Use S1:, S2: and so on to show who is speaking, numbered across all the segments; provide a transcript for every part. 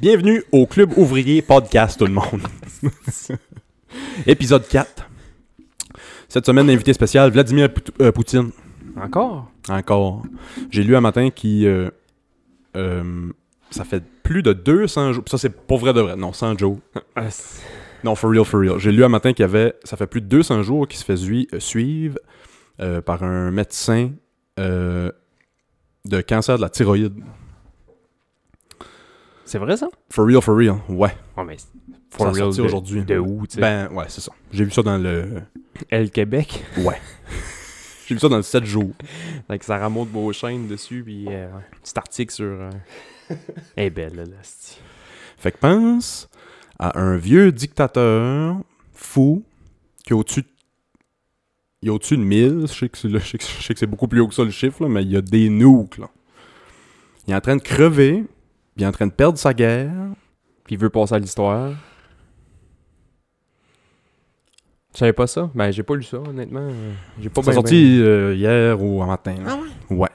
S1: Bienvenue au Club Ouvrier Podcast, tout le monde. Épisode 4. Cette semaine, invité spécial, Vladimir Pout- euh, Poutine.
S2: Encore?
S1: Encore. J'ai lu un matin qui. euh, euh, ça fait plus de 200 jours. Ça, c'est pour vrai de vrai. Non, 100 jours.
S2: Euh,
S1: Non, for real, for real. J'ai lu un matin qu'il y avait. Ça fait plus de 200 jours qu'il se fait sui- euh, suivre euh, par un médecin euh, de cancer de la thyroïde.
S2: c'est vrai ça?
S1: For real, for real. Ouais.
S2: Ouais, mais c'est
S1: ça a
S2: for real
S1: sorti
S2: de-
S1: aujourd'hui.
S2: De où, tu sais?
S1: Ben, ouais, c'est ça. J'ai vu ça dans le.
S2: Elle Québec.
S1: Ouais. J'ai vu ça dans le 7 jours.
S2: Avec Sarah Maud Beauchesne dessus, puis euh, ouais, petit article sur. euh, Elle est belle, là, là, c'ti.
S1: Fait que pense à un vieux dictateur fou qui est au-dessus de... Il est au-dessus de 1000. Je sais que c'est- là, je sais que- je sais que c'est beaucoup plus haut que ça le chiffre, là, mais il y a des nukes. Là. Il est en train de crever. puis Il est en train de perdre sa guerre.
S2: Puis il veut passer à l'histoire. Je savais pas ça. Ben, j'ai pas lu ça, honnêtement. Euh, J'ai pas
S1: C'est
S2: bien-
S1: sorti euh, hier ou un matin. là.
S2: ben-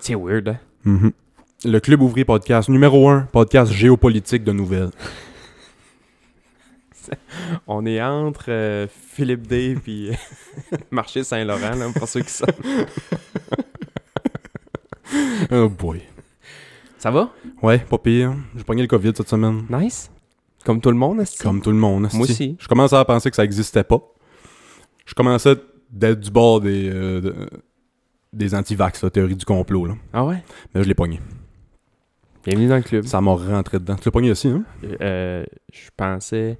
S2: C'est weird, hein?
S1: Mhm. Le Club Ouvrier Podcast, numéro 1, podcast géopolitique de nouvelles.
S2: On est entre euh, Philippe D puis Marché Saint-Laurent, là, pour ceux qui savent.
S1: oh boy.
S2: Ça va?
S1: Ouais, pas pire. J'ai pogné le COVID cette semaine.
S2: Nice? Comme tout le monde, est
S1: Comme tout le monde. esti.
S2: Moi aussi.
S1: Je commençais à penser que ça n'existait pas. Je commençais d'être du bord des, euh, de- des anti-vax, la théorie du complot. Là.
S2: Ah ouais?
S1: Mais je l'ai pogné.
S2: Bienvenue dans le club.
S1: Ça m'a rentré dedans. Tu l'as pogné aussi, hein?
S2: Euh, je pensais.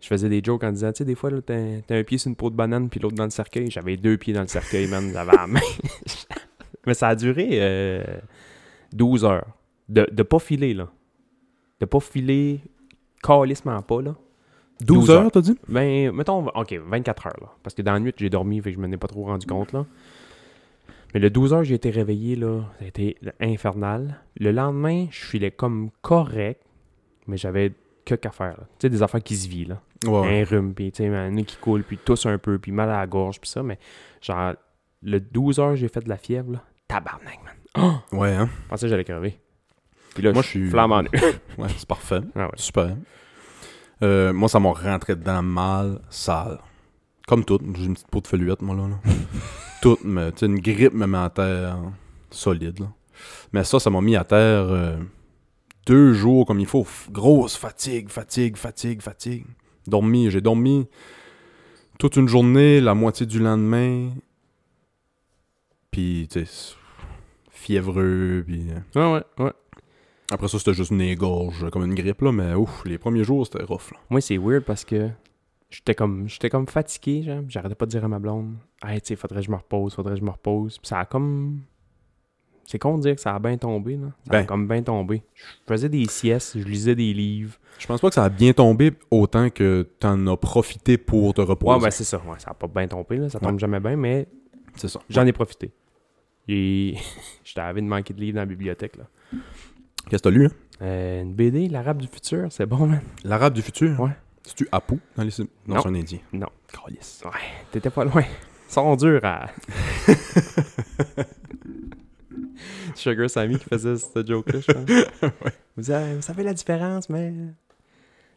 S2: Je faisais des jokes en disant, tu sais, des fois, là, t'as t'as un pied sur une peau de banane puis l'autre dans le cercueil. J'avais deux pieds dans le cercueil, man. J'avais la main. Mais ça a duré euh, 12 heures. De, de pas filer, là. De pas filer calissement pas, là.
S1: 12,
S2: 12
S1: heures,
S2: heures.
S1: t'as dit?
S2: Ben, mettons, OK, 24 heures, là. Parce que dans la nuit, j'ai dormi, fait que je m'en ai pas trop rendu compte, là. Mais le 12 heures, j'ai été réveillé, là. Ça a été infernal. Le lendemain, je filais comme correct, mais j'avais que qu'à faire, là. Tu sais, des affaires qui se vivent, là.
S1: Ouais, ouais.
S2: Un rhume, puis tu sais, un nez qui coule, puis tousse un peu, puis mal à la gorge, puis ça, mais genre, le 12 heures, j'ai fait de la fièvre, là. Tabarnak, man.
S1: Ouais, hein?
S2: Je pensais que j'allais crever. Puis là,
S1: Moi,
S2: moi,
S1: je
S2: je
S1: suis-
S2: suis flambant nu.
S1: Ouais, c'est parfait.
S2: Ah ouais.
S1: Super. Euh, moi, ça m'a rentré dedans mal, sale. Comme tout. J'ai une petite peau de feluette, moi, là. là. tout, me- tu sais, une grippe me met à terre solide, là. Mais ça, ça m'a mis à terre euh, deux jours comme il faut. F- Grosse fatigue, fatigue, fatigue, fatigue. Dormi, j'ai dormi toute une journée, la moitié du lendemain. Puis, tu sais, s- fiévreux, puis... euh,
S2: Ah Ouais, ouais, ouais.
S1: après ça, c'était juste une gorge, comme une grippe, là, mais ouf, les premiers jours, c'était rough, là.
S2: Moi, c'est weird parce que j'étais comme j'étais comme fatigué, genre, pis j'arrêtais pas de dire à ma blonde "Hey, tu sais, faudrait que je me repose, faudrait que je me repose." Puis ça a comme c'est con de dire que ça a bien tombé là. Ça a
S1: Ben.
S2: comme bien tombé. Je faisais des siestes, je lisais des livres.
S1: Je pense pas que ça a bien tombé autant que t'en as profité pour te reposer.
S2: Ouais, ben c'est ça. Ouais, ça a pas bien tombé là, ça tombe
S1: Ouais.
S2: jamais bien, mais
S1: c'est ça.
S2: j'en ai profité. Et j'étais avide de manquer de livres dans la bibliothèque là.
S1: Qu'est-ce que t'as lu, hein?
S2: Euh, une BD, l'arabe du futur, c'est bon man.
S1: L'arabe du futur?
S2: Ouais.
S1: C'est-tu Apu dans les... Non,
S2: Non.
S1: c'est un indien.
S2: Non.
S1: Calice.
S2: T'étais pas loin. Ils sont durs à. Sugar Sammy qui faisait cette joke-là, je pense. vous, savez, vous savez la différence, mais.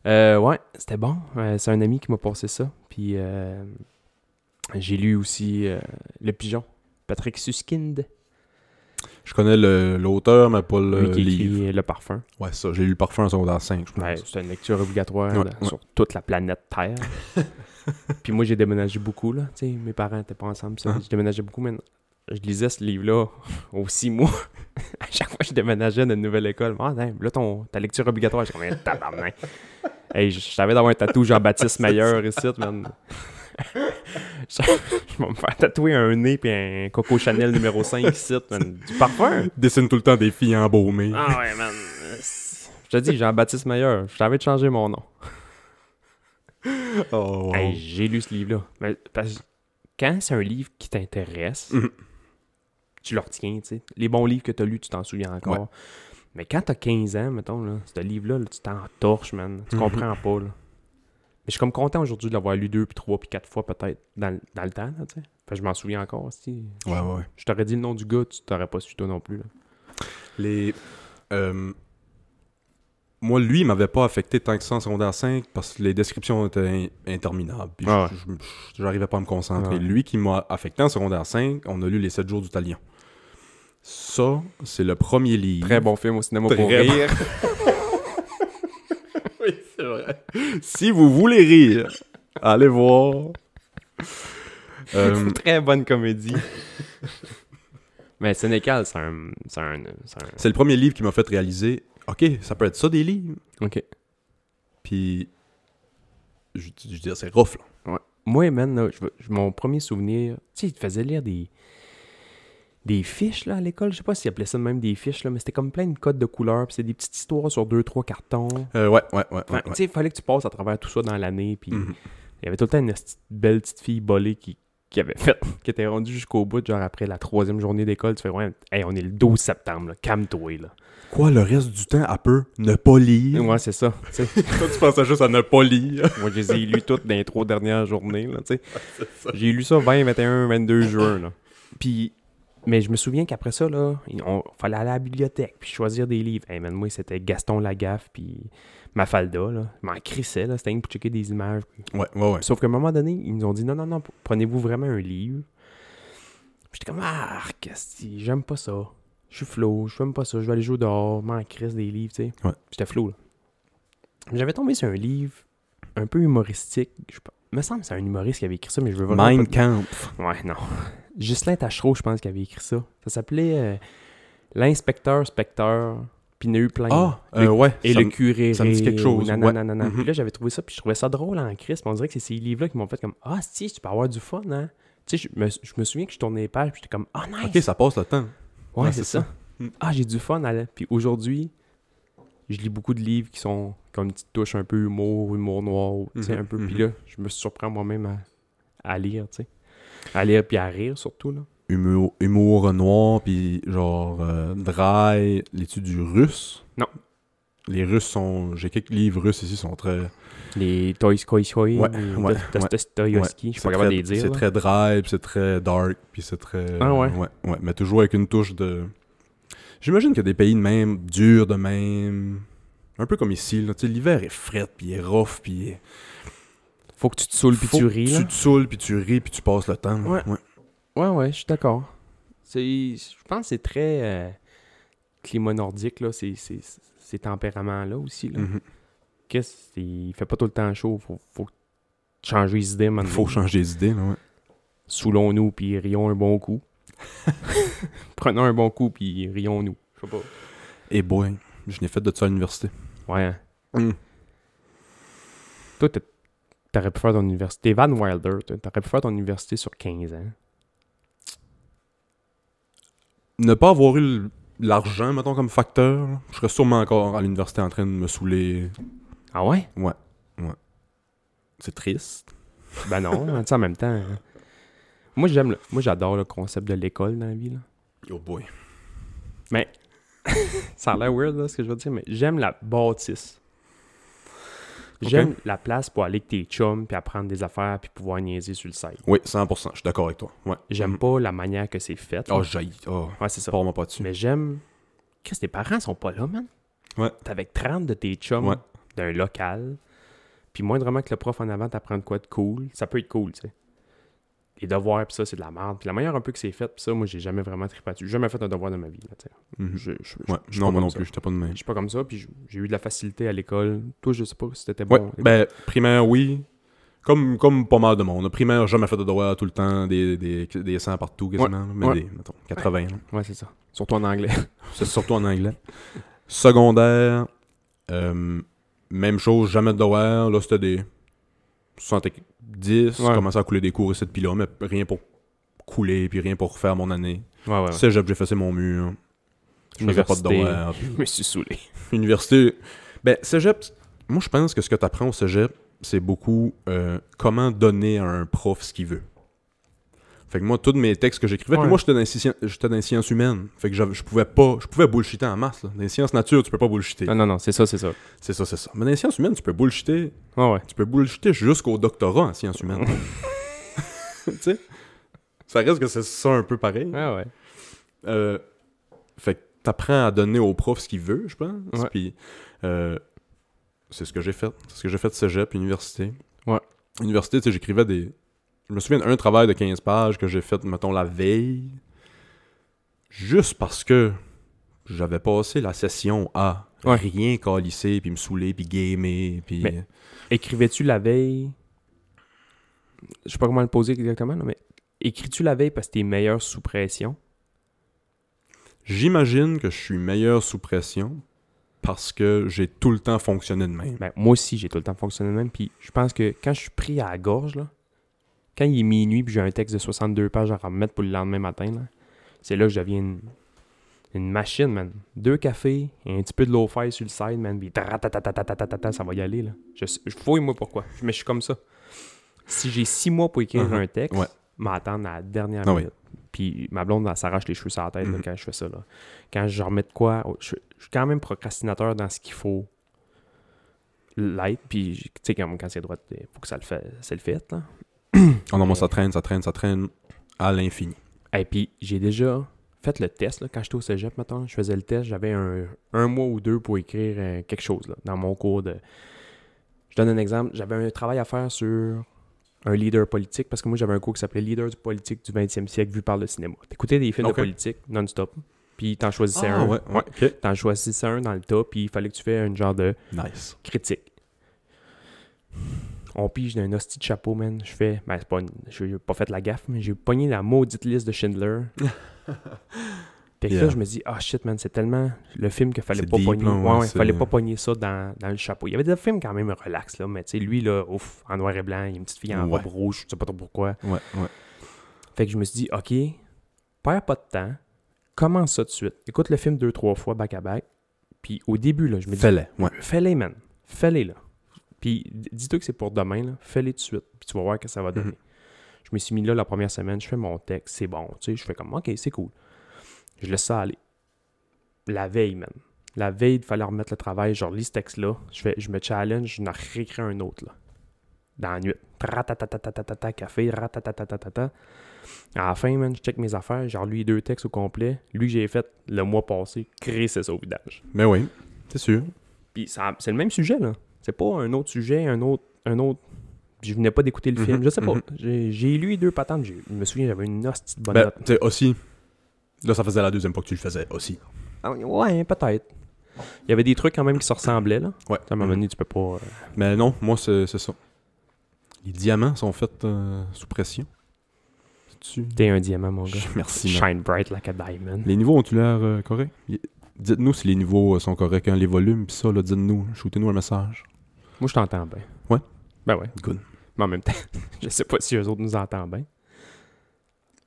S2: Euh, ouais, c'était bon. Euh, c'est un ami qui m'a passé ça. Puis euh, j'ai lu aussi euh, Le Pigeon, Patrick Suskind,
S1: Je connais le- l'auteur, mais pas le
S2: lui qui écrit
S1: livre.
S2: Le Parfum.
S1: Ouais, ça, j'ai lu le parfum en secondaire 5, je pense.
S2: Ouais, c'est une lecture obligatoire
S1: Ouais,
S2: là,
S1: ouais.
S2: sur toute la planète Terre. Puis moi, j'ai déménagé beaucoup, là. Tu sais, mes parents n'étaient pas ensemble, ça.
S1: Hein?
S2: Je déménageais beaucoup, mais je lisais ce livre-là aux six mois. à chaque fois que je déménageais dans une nouvelle école. Ah, non, là, ton, ta lecture obligatoire, je suis comme, eh, tabarnak. hey, je, je savais d'avoir un tatou Jean-Baptiste Meilleur ici, man. je, je vais me faire tatouer un nez puis un Coco Chanel numéro 5 ici, man. Du parfum!
S1: Dessine tout le temps des filles embaumées.
S2: Ah ouais, man. Je te dis, Jean-Baptiste Meilleur, je t'avais de changer mon nom.
S1: Oh.
S2: Hey, j'ai lu ce livre-là. Mais, parce que quand c'est un livre qui t'intéresse,
S1: Mhm.
S2: tu le retiens, tu sais. Les bons livres que t'as lus, tu t'en souviens encore. Mais quand t'as 15 ans, mettons, là, ce livre-là, là, tu t'en torches, man. Tu
S1: Mhm.
S2: comprends pas, là. Mais je suis comme content aujourd'hui de l'avoir lu deux, puis trois, puis quatre fois peut-être dans, le- dans le temps, là, tu sais. Fait que je m'en souviens encore, si.
S1: Ouais, ouais, ouais.
S2: Je t'aurais dit le nom du gars, tu t'aurais pas su toi non plus, là.
S1: Les... Euh, moi, lui, il m'avait pas affecté tant que ça en secondaire 5 parce que les descriptions étaient in- interminables. Puis je-
S2: Ah
S1: je- je- J'arrivais pas à me concentrer.
S2: Ouais.
S1: Lui qui m'a affecté en secondaire 5, on a lu Les 7 jours du talion. Ça, c'est le premier livre.
S2: Très bon film au cinéma
S1: Très
S2: pour
S1: bon.
S2: rire.
S1: Oui, c'est vrai. Si vous voulez rire, allez voir. Euh,
S2: Très bonne comédie. Mais Sénécal, c'est un. C'est un. C'est un.
S1: c'est le premier livre qui m'a fait réaliser OK, ça peut être ça des livres.
S2: Ok.
S1: Puis, je, je veux dire, c'est rough. là.
S2: Moi, man, là, je veux- je- mon premier souvenir, tu sais, il te faisait lire des, des fiches là, à l'école. Je sais pas s'ils appelaient ça de même des fiches, là, mais c'était comme plein de codes de couleurs. Puis c'était des petites histoires sur deux, trois cartons.
S1: Euh, ouais, ouais, ouais. ouais,
S2: Enfin,
S1: ouais.
S2: Tu sais, il fallait que tu passes à travers tout ça dans l'année. Puis
S1: Mhm.
S2: il y avait tout le temps une petite- belle petite fille bolée qui, qui avait fait, qui était rendue jusqu'au bout, genre après la troisième journée d'école. Tu fais, ouais, hey, on est le 12 septembre, là, calme-toi. Là.
S1: Quoi, le reste du temps, elle peut ne pas lire.
S2: Ouais, c'est ça. tu sais.
S1: Toi, tu pensais juste à ne pas lire.
S2: Moi, je les ai lus toutes dans les trois dernières journées. Là, tu sais. J'ai lu ça 20, 21, 22 juin. Là. Puis, mais je me souviens qu'après ça, là, il on- fallait aller à la bibliothèque puis choisir des livres. Hey, man, moi, c'était Gaston Lagaffe puis Mafalda. Là. Je m'en crissais. là. C'était rien que pour checker des images.
S1: Ouais, ouais, ouais.
S2: Sauf qu'à un moment donné, ils nous ont dit non, non, non, prenez-vous vraiment un livre. J'étais comme, ah, si j'aime pas ça. Je suis flou, je n'aime pas ça, je vais aller jouer dehors, m'en crisse des livres, tu sais.
S1: Ouais.
S2: J'étais flou, là. J'avais tombé sur un livre un peu humoristique. Je sais pas- me semble que c'est un humoriste qui avait écrit ça, mais je veux vraiment.
S1: Mein
S2: pas-
S1: Kampf.
S2: Ouais, non. Ghislain Tachereau, je pense, qui avait écrit ça. Ça s'appelait euh, L'inspecteur, specteur, puis il y en a eu plein.
S1: Ah,
S2: Le-
S1: euh, ouais.
S2: et
S1: ça
S2: le
S1: me-
S2: curé.
S1: ça me dit quelque chose,
S2: Nanana,
S1: ouais.
S2: nanana.
S1: Mhm.
S2: Puis là, j'avais trouvé ça, puis je trouvais ça drôle en crise. On dirait que c'est ces livres-là qui m'ont fait comme Ah, si, tu peux avoir du fun, hein. Tu sais, je me, je me souviens que je tournais les pages, puis j'étais comme Ah, nice.
S1: Ok, ça passe le temps.
S2: ouais,
S1: ouais,
S2: c'est
S1: c'est
S2: ça.
S1: ça. Mm.
S2: Ah, j'ai du fun. elle. Puis aujourd'hui, je lis beaucoup de livres qui sont comme une petite touche un peu humour, humour noir, tu sais,
S1: Mhm,
S2: un peu. Puis
S1: mhm.
S2: là, je me surprends moi-même à, à lire, tu sais. À lire, puis à rire surtout, là.
S1: Humour, humour noir, puis genre euh, dry, l'étude du russe.
S2: Non.
S1: Les Russes sont. J'ai quelques livres russes ici, sont très.
S2: Les Toys Koi Koi,
S1: Ouais,
S2: les
S1: ouais,
S2: Dost- Dostoïevski, je suis
S1: c'est
S2: pas capable de
S1: très-
S2: les dire.
S1: C'est
S2: là.
S1: très dry, puis c'est très dark, puis c'est très.
S2: Ah ouais?
S1: ouais. ouais, mais toujours avec une touche de. J'imagine qu'il y a des pays de même, durs de même. Un peu comme ici, là. Tu sais, l'hiver est fret, puis il est rough, puis il est-
S2: Faut que tu te saoules, puis
S1: Faut
S2: tu
S1: que
S2: ris, là.
S1: Tu te saoules, puis tu ris, puis tu passes le temps. là.
S2: Ouais. Ouais, ouais, je suis d'accord. C'est, je pense que c'est très euh, climat nordique, là, ces, ces, ces tempéraments-là aussi. Là.
S1: Mhm.
S2: Qu'est-ce, c'est- il fait pas tout le temps chaud, faut, faut changer les idées maintenant.
S1: Faut changer les idées, là, ouais.
S2: Soulons-nous, puis rions un bon coup. Prenons un bon coup, puis rions-nous. Je sais pas.
S1: Et Eh boy, je n'ai fait de ça à l'université.
S2: Ouais. hein.
S1: Mm.
S2: Toi, t'a- t'aurais pu faire ton université. Van Wilder, toi, t'aurais pu faire ton université sur 15 ans.
S1: Ne pas avoir eu l- l'argent, mettons, comme facteur, là, je serais sûrement encore à l'université en train de me saouler.
S2: Ah ouais?
S1: C'est triste.
S2: Ben non, hein, tu sais, en même temps. hein. Moi, j'aime le- moi j'adore le concept de l'école dans la vie. Là.
S1: Oh boy.
S2: Ça a l'air weird, là, ce que je veux dire, mais j'aime la bâtisse. J'aime la place pour aller avec tes chums, puis apprendre des affaires, puis pouvoir niaiser sur le site.
S1: Oui, 100%, je suis d'accord avec toi. Ouais.
S2: J'aime
S1: Mhm.
S2: pas la manière que c'est fait.
S1: Oh, jaillit. Oh,
S2: ouais, c'est ça.
S1: parle-moi pas dessus.
S2: Mais j'aime... Chris, tes parents sont pas là, man.
S1: Ouais.
S2: T'es avec 30 de tes chums
S1: Ouais.
S2: d'un local, puis moindrement que le prof en avant t'apprend de quoi de cool, ça peut être cool, tu sais. Les devoirs, puis ça, c'est de la merde. Puis la manière un peu que c'est fait, puis ça, moi, j'ai jamais vraiment trippé là-dessus. J'ai jamais fait un devoir de ma vie, là, tu sais.
S1: Mhm.
S2: Je- je- je-
S1: Ouais.
S2: je suis pas
S1: Non, moi
S2: comme
S1: non
S2: ça.
S1: plus, j'étais pas de même.
S2: Je suis pas comme ça, puis j- j'ai eu de la facilité à l'école. Toi, je sais pas si t'étais
S1: Ouais,
S2: bon.
S1: ben, primaire, oui. Comme, comme pas mal de monde. Primaire, jamais fait de devoir tout le temps, des, des, des 100 partout quasiment, là, mais
S2: ouais.
S1: des, mettons, 80. là.
S2: Ouais, c'est ça. Surtout en anglais.
S1: C'est surtout en anglais. Secondaire, euh, même chose, jamais de devoir. Là, c'était des 70,
S2: Ouais.
S1: commençait à couler des cours et cette pile-là, mais rien pour couler, puis rien pour refaire mon année.
S2: Ouais, ouais. ouais.
S1: Cégep, j'ai fait mon mur. Je faisais pas de
S2: Université.
S1: devoir.
S2: Je me suis saoulé.
S1: Université. Ben, cégep, moi, je pense que ce que tu apprends au cégep, c'est beaucoup euh, comment donner à un prof ce qu'il veut. Fait que moi, tous mes textes que j'écrivais,
S2: Ouais.
S1: puis moi, j'étais dans, les scien- j'étais dans les sciences humaines. Fait que j'avais- je pouvais pas, je pouvais bullshiter en masse. Là. Dans les sciences nature, tu peux pas bullshiter.
S2: Non, non, non, c'est ça, c'est ça.
S1: C'est ça, c'est ça. Mais dans les sciences humaines, tu peux bullshiter.
S2: Ouais, ouais.
S1: Tu peux bullshiter jusqu'au doctorat en sciences humaines. tu sais? Ça reste que c'est ça un peu pareil.
S2: Ouais, ouais.
S1: Euh, fait que t'apprends à donner au prof ce qu'il veut, je pense.
S2: Ouais.
S1: Puis euh, c'est ce que j'ai fait. C'est ce que j'ai fait de cégep, université.
S2: Ouais.
S1: Université, tu sais, j'écrivais des. Je me souviens d'un travail de 15 pages que j'ai fait, mettons, la veille. Juste parce que j'avais passé la session à
S2: Ouais.
S1: rien calisser, puis me saouler, puis gamer, puis.
S2: Mais- Écrivais-tu la veille Je sais pas comment le poser exactement, là, mais écris-tu la veille parce que t'es meilleur sous pression
S1: J'imagine que je suis meilleur sous pression parce que j'ai tout le temps fonctionné de même.
S2: Ben, moi aussi, j'ai tout le temps fonctionné de même. Puis je pense que quand je suis pris à la gorge, là, quand il est minuit puis j'ai un texte de 62 pages à remettre pour le lendemain matin, là, c'est là que je deviens une, une machine, man. Deux cafés, un petit peu de l'eau fire sur le side, man. Puis tratatatatatatatata, ça va y aller, là. Je, sais- je fouille-moi pourquoi. Mais je suis comme ça. Si j'ai six mois pour écrire
S1: Mhm.
S2: un texte,
S1: Ouais.
S2: m'attendre à la dernière
S1: Ah oui.
S2: minute. Puis ma blonde, elle s'arrache les cheveux sur la tête là,
S1: Mhm.
S2: quand je fais ça. Là. Quand je remets de quoi, oh, je, je suis quand même procrastinateur dans ce qu'il faut l'être. Puis, tu sais, quand, quand c'est droit, il faut que ça le fait, c'est le fait. Là.
S1: Oh non, moi, ça traîne, ça traîne, ça traîne à l'infini.
S2: Et puis, j'ai déjà fait le test. Là, quand j'étais au cégep, maintenant, je faisais le test. J'avais un, un mois ou deux pour écrire euh, quelque chose là, dans mon cours de. Je donne un exemple. J'avais un travail à faire sur un leader politique parce que moi, j'avais un cours qui s'appelait Leader du politique du 20e siècle vu par le cinéma. T'écoutais des films
S1: Ok.
S2: de politique non-stop. Puis, t'en choisissais
S1: Ah,
S2: un.
S1: ouais, ouais, ok.
S2: T'en choisissais un dans le tas. Puis, il fallait que tu fasses un genre de
S1: Nice.
S2: critique. On pige d'un hostie de chapeau, man. Je fais. Ben, c'est pas. une- J'ai pas fait la gaffe, mais j'ai pogné la maudite liste de Schindler. Fait que là,
S1: Yeah.
S2: je me dis, ah shit, man, c'est tellement le film qu'il fallait
S1: C'est
S2: pas
S1: deep,
S2: pogner.
S1: là,
S2: ouais,
S1: ouais,
S2: ouais,
S1: c'est-
S2: fallait pas pogner ça dans, dans le chapeau. Il y avait des films quand même relax, là, mais tu sais, lui, là, ouf, en noir et blanc, il y a une petite fille en
S1: Ouais.
S2: robe rouge, je sais pas trop pourquoi.
S1: Ouais, ouais.
S2: Fait que je me suis dit, ok, perds pas de temps, commence ça tout de suite. Écoute le film deux, trois fois, back à back. Puis au début, là, je me dis,
S1: Fais-le, ouais.
S2: fais-les, man. Fais-les, là. Puis d- dis-toi que c'est pour demain, là. Fais-les tout de suite. Puis tu vas voir que ça va donner.
S1: Mhm.
S2: Je me suis mis là la première semaine. Je fais mon texte. C'est bon. Tu sais, je fais comme, OK, c'est cool. Je laisse ça aller. La veille, man. La veille, il fallait remettre le travail. Je relis ce texte-là. Je, fais, je me challenge. Je n'en réécris un autre, là. Dans la nuit. Ratatatatata, café. Ratatatatata. À la fin, man, je check mes affaires. Genre, lui, deux textes au complet. Lui, que j'ai fait le mois passé. Créer ses au vidage.
S1: Mais oui, c'est sûr.
S2: Puis ça- c'est le même sujet, là. C'est pas un autre sujet, un autre. Un autre... Je venais pas d'écouter le film.
S1: Mhm,
S2: Je sais pas.
S1: mhm.
S2: J'ai- J'ai lu les deux patentes. J'ai- Je me souviens, j'avais une hostie de bonne
S1: Ben,
S2: note.
S1: tu sais, aussi. Là, ça faisait la deuxième fois que tu le faisais aussi.
S2: Ah, Ouais, peut-être. Il y avait des trucs quand même qui se ressemblaient, là.
S1: Ouais.
S2: À un moment donné, tu peux pas. euh,
S1: Mais non, moi, c'est c'est ça. Les diamants sont faits euh, sous pression. Tu...
S2: T'es un diamant, mon gars.
S1: Merci, man.
S2: Shine bright like a diamond.
S1: Les niveaux ont-ils l'air euh, corrects? Y- Dites-nous si les niveaux euh, sont corrects, hein, les volumes, pis ça, là, dites-nous, shootez-nous un message.
S2: Moi, je t'entends bien.
S1: Ouais.
S2: Ben ouais.
S1: Good.
S2: Mais en même temps, je sais pas si eux autres nous entendent bien.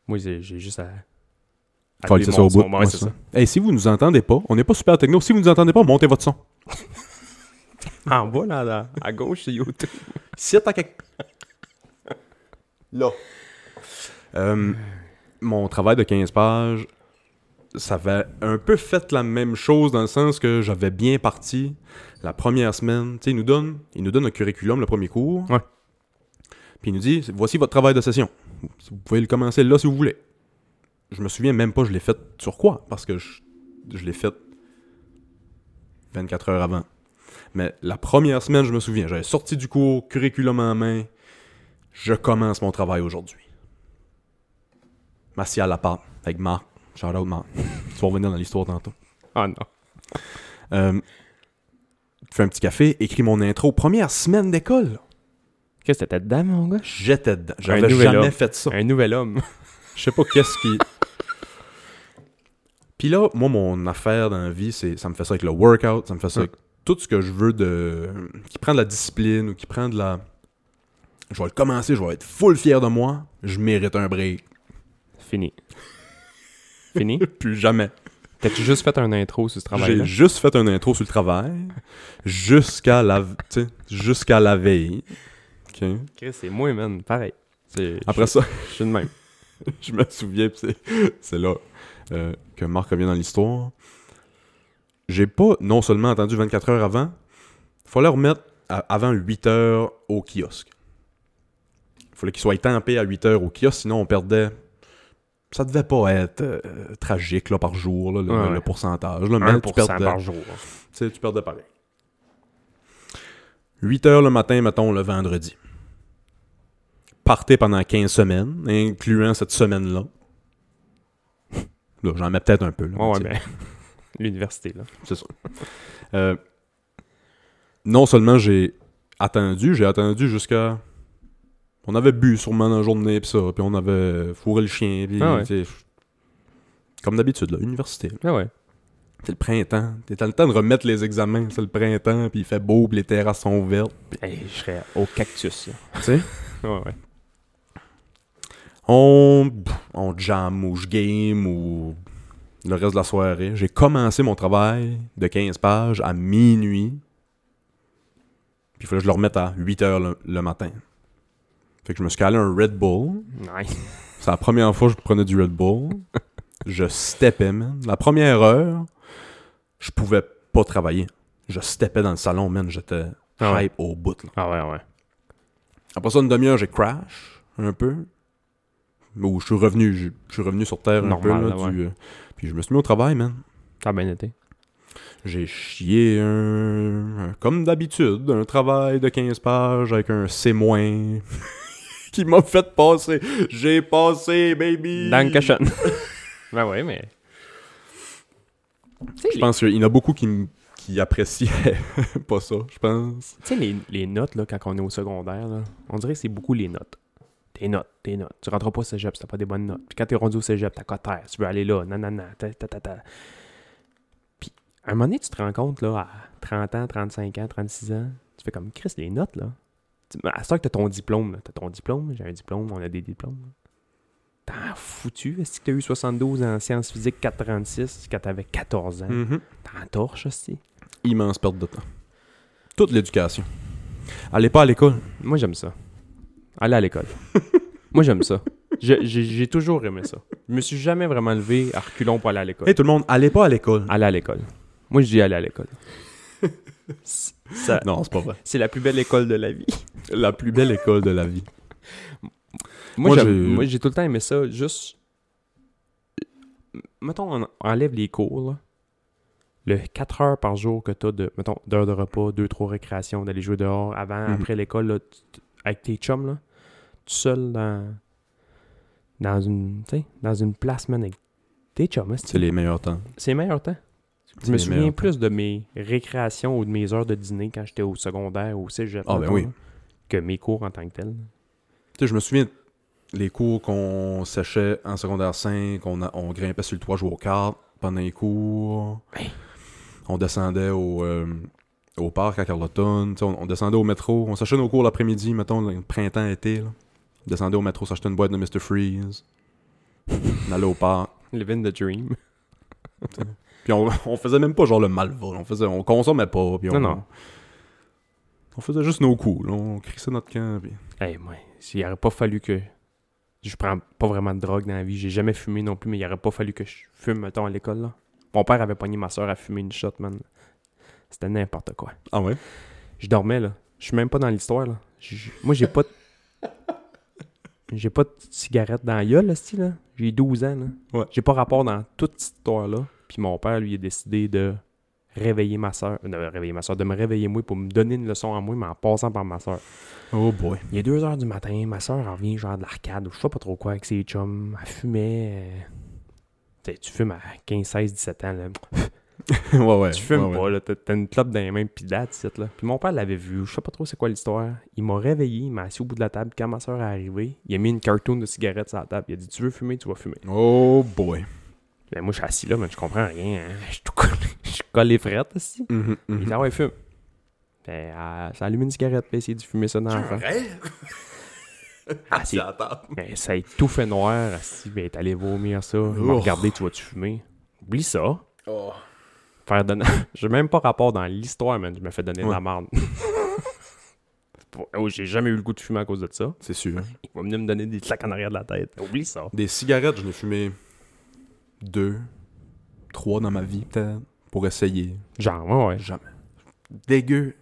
S2: Moi, j'ai j'ai juste à. à
S1: Coller
S2: appeler
S1: ça
S2: mon
S1: au bout,
S2: son. Ouais,
S1: ouais,
S2: c'est
S1: ça.
S2: ça.
S1: Hey, si vous nous entendez pas, on n'est pas super techno, si vous nous entendez pas, montez votre son.
S2: En bas, là, là, à gauche, c'est YouTube.
S1: Si t'as quelque... Là. Euh, mon travail de 15 pages, ça avait un peu fait la même chose dans le sens que j'avais bien parti la première semaine. Tu sais, il nous donne, il nous donne un curriculum, le premier cours.
S2: Ouais.
S1: Puis il nous dit, voici votre travail de session. Vous pouvez le commencer là si vous voulez. Je me souviens même pas, je l'ai fait sur quoi, parce que je, je l'ai fait 24 heures avant. Mais la première semaine, je me souviens, j'avais sorti du cours, curriculum en main. Je commence mon travail aujourd'hui. M'assis à l'appart avec Marc. Shout out Marc. tu vas revenir dans l'histoire tantôt.
S2: Ah non.
S1: Euh, fais un petit café, écris mon intro. Première semaine d'école.
S2: Qu'est-ce que t'étais dedans, mon gars?
S1: J'étais dedans. J'avais
S2: nouvel
S1: jamais
S2: homme.
S1: fait ça.
S2: Un nouvel homme.
S1: Je sais pas qu'est-ce qui. Puis là, moi, mon affaire dans la vie, c'est ça me fait ça avec le workout, ça me fait ça avec tout ce que je veux de. qui prend de la discipline ou qui prend de la. Je vais le commencer, je vais être full fier de moi, je mérite un break.
S2: Fini. Fini?
S1: Plus jamais.
S2: T'as-tu juste fait un intro sur ce
S1: J'ai
S2: travail-là?
S1: juste fait un intro sur le travail jusqu'à la, tu sais, jusqu'à la veille. OK.
S2: Chris, c'est moi, man. Pareil. C'est-
S1: Après ça,
S2: Je je suis le même.
S1: je me souviens, pis c'est- c'est là euh, que Marc revient dans l'histoire. J'ai pas non seulement attendu 24 heures avant, fallait remettre à- avant 8 heures au kiosque. fallait qu'il soit tempé à 8 heures au kiosque, sinon on perdait ça devait pas être euh, tragique là, par jour, là, le,
S2: Ouais,
S1: le
S2: ouais.
S1: pourcentage. Là, mais
S2: 1%
S1: tu perdais-
S2: par jour.
S1: tu sais, tu perdais pareil. 8 heures le matin, mettons, le vendredi. Partez pendant 15 semaines, incluant cette semaine-là. Là, j'en mets peut-être un peu. là,
S2: Ouais, ouais,
S1: tu sais,
S2: mais l'université, là.
S1: C'est ça. Euh, non seulement j'ai attendu, j'ai attendu jusqu'à... On avait bu sûrement dans la journée, puis ça, puis on avait fourré le chien, puis...
S2: Ah ouais.
S1: tu sais, Comme d'habitude, là, université.
S2: Ah ouais.
S1: C'est le printemps. T'es dans le temps de remettre les examens. C'est le printemps, puis il fait beau, puis les terrasses sont vertes.
S2: Hey, je serais au cactus, là.
S1: Tu sais?
S2: Ah Ouais, ouais.
S1: On, pff, on jam ou je game ou le reste de la soirée. J'ai commencé mon travail de 15 pages à minuit. Puis il fallait que je le remette à 8 heures le, le matin. Fait que je me suis calé un Red Bull.
S2: Nice.
S1: C'est la première fois que je prenais du Red Bull. Je steppais, man. La première heure, je pouvais pas travailler. Je steppais dans le salon, man. J'étais
S2: Ah ouais.
S1: hype au bout, là.
S2: Ah ouais, ouais.
S1: Après ça, une demi-heure, j'ai crash, un peu. Ou je suis revenu, je, je suis revenu sur Terre un
S2: Normal,
S1: peu. là,
S2: là,
S1: du, euh, puis je me suis mis au travail, man.
S2: T'as bien Ah, ben, été.
S1: J'ai chié un, un- comme d'habitude, un travail de 15 pages avec un C- qui m'a fait passer. J'ai passé, baby!
S2: Dans le cochon. ben ouais, mais. Tu sais,
S1: Je
S2: les-
S1: pense qu'il y en a beaucoup qui, m- qui appréciaient pas ça, je pense.
S2: tu sais, les, les notes, là, quand on est au secondaire, là, on dirait que c'est beaucoup les notes. Tes notes, tes notes. Tu rentres pas au cégep si t'as pas des bonnes notes. Puis quand t'es rendu au cégep, t'as cotère, tu veux aller là, nanana, ta ta ta ta. Puis à un moment donné, tu te rends compte, là, à 30 ans, 35 ans, 36 ans, tu fais comme Chris, les notes, là. Tu- À ce que t'as ton diplôme, là. T'as ton diplôme, j'ai un diplôme, on a des diplômes. T'en foutu, est-ce que t'as eu 72 en sciences physiques 436 quand t'avais 14 ans?
S1: Hmm. Mm-hmm.
S2: T'en torches aussi.
S1: Immense perte de temps. Toute l'éducation. Allez pas à l'école.
S2: Moi, j'aime ça. Aller à l'école. Moi, j'aime ça. Je- J'ai j'ai toujours aimé ça. Je me suis jamais vraiment levé à reculons pour aller à l'école.
S1: Hey tout le monde, allez pas à l'école.
S2: Aller à l'école. Moi, je dis aller à l'école. C'est- ça-
S1: Non, c'est pas vrai.
S2: C'est la plus belle école de la vie.
S1: La plus belle école de la vie.
S2: Moi,
S1: Moi,
S2: j'aime-
S1: j'ai-
S2: moi, j'ai tout le temps aimé ça. Juste. Mettons, on enlève les cours, là. Le 4 heures par jour que t'as de, mettons, d'heures de repas, 2-3 récréations, d'aller jouer dehors, avant,
S1: Mhm.
S2: après l'école, là, tu- tu- avec tes chums, là, tout seul dans, dans une, tu sais, dans une place, man, avec tes chums, hein, c'est
S1: C'est les meilleurs temps.
S2: c'est les meilleurs temps. Je
S1: C'est
S2: me
S1: les
S2: souviens
S1: meilleurs
S2: plus de mes récréations ou de mes heures de dîner quand j'étais au secondaire ou au cégep,
S1: Ah, ben
S2: mettons,
S1: oui.
S2: là, que mes cours en tant que tels.
S1: Tu sais, je me souviens les cours qu'on séchait en secondaire 5, on, a- on grimpait sur le toit jouer aux cartes pendant les cours.
S2: Hey.
S1: On descendait au, euh, au parc à Carleton. Tu sais, On, on descendait au métro. On séchait nos cours l'après-midi, mettons, le printemps-été. là. On descendait au métro, s'achetait une boîte de Mr. Freeze. on allait au parc.
S2: Living the dream.
S1: Puis on, on faisait même pas genre le malvol. On faisait, on consommait pas. Puis on,
S2: Non, non.
S1: On faisait juste nos coups. là. On crissait notre camp. puis-
S2: Eh, moi, il aurait pas fallu que. Je prends pas vraiment de drogue dans la vie. J'ai jamais fumé non plus, mais il aurait pas fallu que je fume, mettons, à l'école, là. Mon père avait pogné ma soeur à fumer une shot, man. C'était n'importe quoi.
S1: Ah ouais?
S2: Je dormais, là. Je suis même pas dans l'histoire, là. J- Moi, j'ai pas de. J'ai pas de cigarette dans la gueule, là, c'ti, là. J'ai 12 ans, là.
S1: Ouais.
S2: J'ai pas rapport dans toute cette histoire-là. Puis mon père, lui, a décidé de réveiller ma soeur. De réveiller ma soeur, de me réveiller moi pour me donner une leçon à moi, mais en passant par ma soeur.
S1: Oh boy.
S2: Il est 2 heures du matin, ma soeur en vient genre de l'arcade ou je sais pas trop quoi avec ses chums. Elle fumait. euh, tu sais, tu fumes à 15, 16, 17 ans. Là.
S1: ouais, ouais.
S2: tu fumes
S1: ouais, ouais.
S2: pas, là. T'as t'as une clope dans les mains pis date, c'est là. Puis mon père l'avait vu, je sais pas trop c'est quoi l'histoire. Il m'a réveillé, il m'a assis au bout de la table. Quand ma soeur est arrivée, il a mis une cartoon de cigarette sur la table. Il a dit Tu veux fumer, tu vas fumer.
S1: Oh boy.
S2: Mais moi, je suis assis là, mais je comprends rien. hein. Je suis tout collé. Je suis collé frette aussi.
S1: Mm-hmm,
S2: Il dit Ah ouais, fume. Ben, elle- ça allume une cigarette, puis essayer de fumer ça dans la face. Ah, c'est- Mais ça a tout fait noir, assis, ben t'allais vomir ça. Il m'a
S1: Ouf.
S2: regardé, tu vas-tu fumer? Oublie ça. Faire donner... J'ai même pas rapport dans l'histoire, man. Je me fais donner de la
S1: Ouais.
S2: merde. oh, j'ai jamais eu le goût de fumer à cause de ça.
S1: C'est sûr.
S2: Il va venir me donner des claques en arrière de la tête. Oublie ça.
S1: Des cigarettes, je n'ai fumé deux, trois dans ma vie, peut-être, pour essayer.
S2: Genre, ouais, ouais.
S1: Jamais. Dégueu.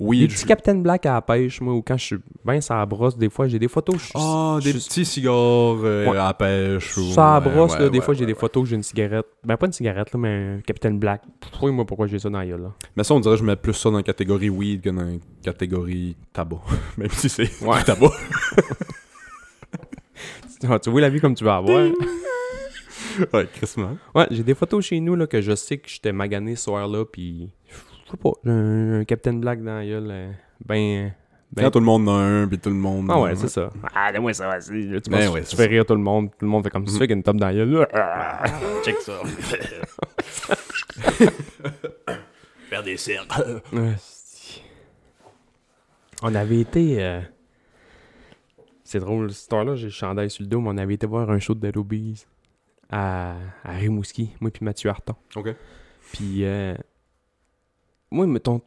S1: Oui,
S2: Des
S1: je-
S2: petits Captain Black à la pêche, moi, ou quand je suis bien sur la brosse, des fois, j'ai des photos. je suis-
S1: Ah,
S2: je
S1: des
S2: suis
S1: petits cigares euh,
S2: Ouais.
S1: à la pêche. Ou...
S2: sur la
S1: ouais,
S2: brosse,
S1: ouais,
S2: là, des
S1: ouais,
S2: fois, j'ai
S1: ouais,
S2: des
S1: ouais.
S2: photos que j'ai une cigarette. Ben, pas une cigarette, là, mais un Captain Black. Pff, moi pourquoi j'ai ça dans la gueule, là.
S1: Mais ça, on dirait que je mets plus ça dans la catégorie weed que dans la catégorie tabac. Même si c'est du tabac.
S2: Ah, tu vois la vie comme tu vas avoir.
S1: ouais, crissement.
S2: Ouais, j'ai des photos chez nous, là, que je sais que j'étais magané ce soir-là, puis... Je sais pas, j'ai un, un Captain Black dans la gueule, euh, ben... ben
S1: Quand tout le monde en a un, puis tout le monde.
S2: Ah ouais, c'est ça. Ah, donne-moi ça, vas-y. Là, Tu,
S1: Ben
S2: penses-
S1: ouais,
S2: tu
S1: c'est
S2: fais
S1: ça.
S2: rire tout le monde. Tout le monde fait comme ça. Tu fais qu'il y a une top dans la gueule. Ah, Check ça.
S1: Faire des cercles.
S2: Ouais, c'est- Ah, On avait été. euh, C'est drôle, cette histoire-là, j'ai le chandail sur le dos, mais on avait été voir un show de Dead Obeez à, à Rimouski, moi puis Mathieu Harton.
S1: Ok.
S2: Puis, euh, moi, mettons,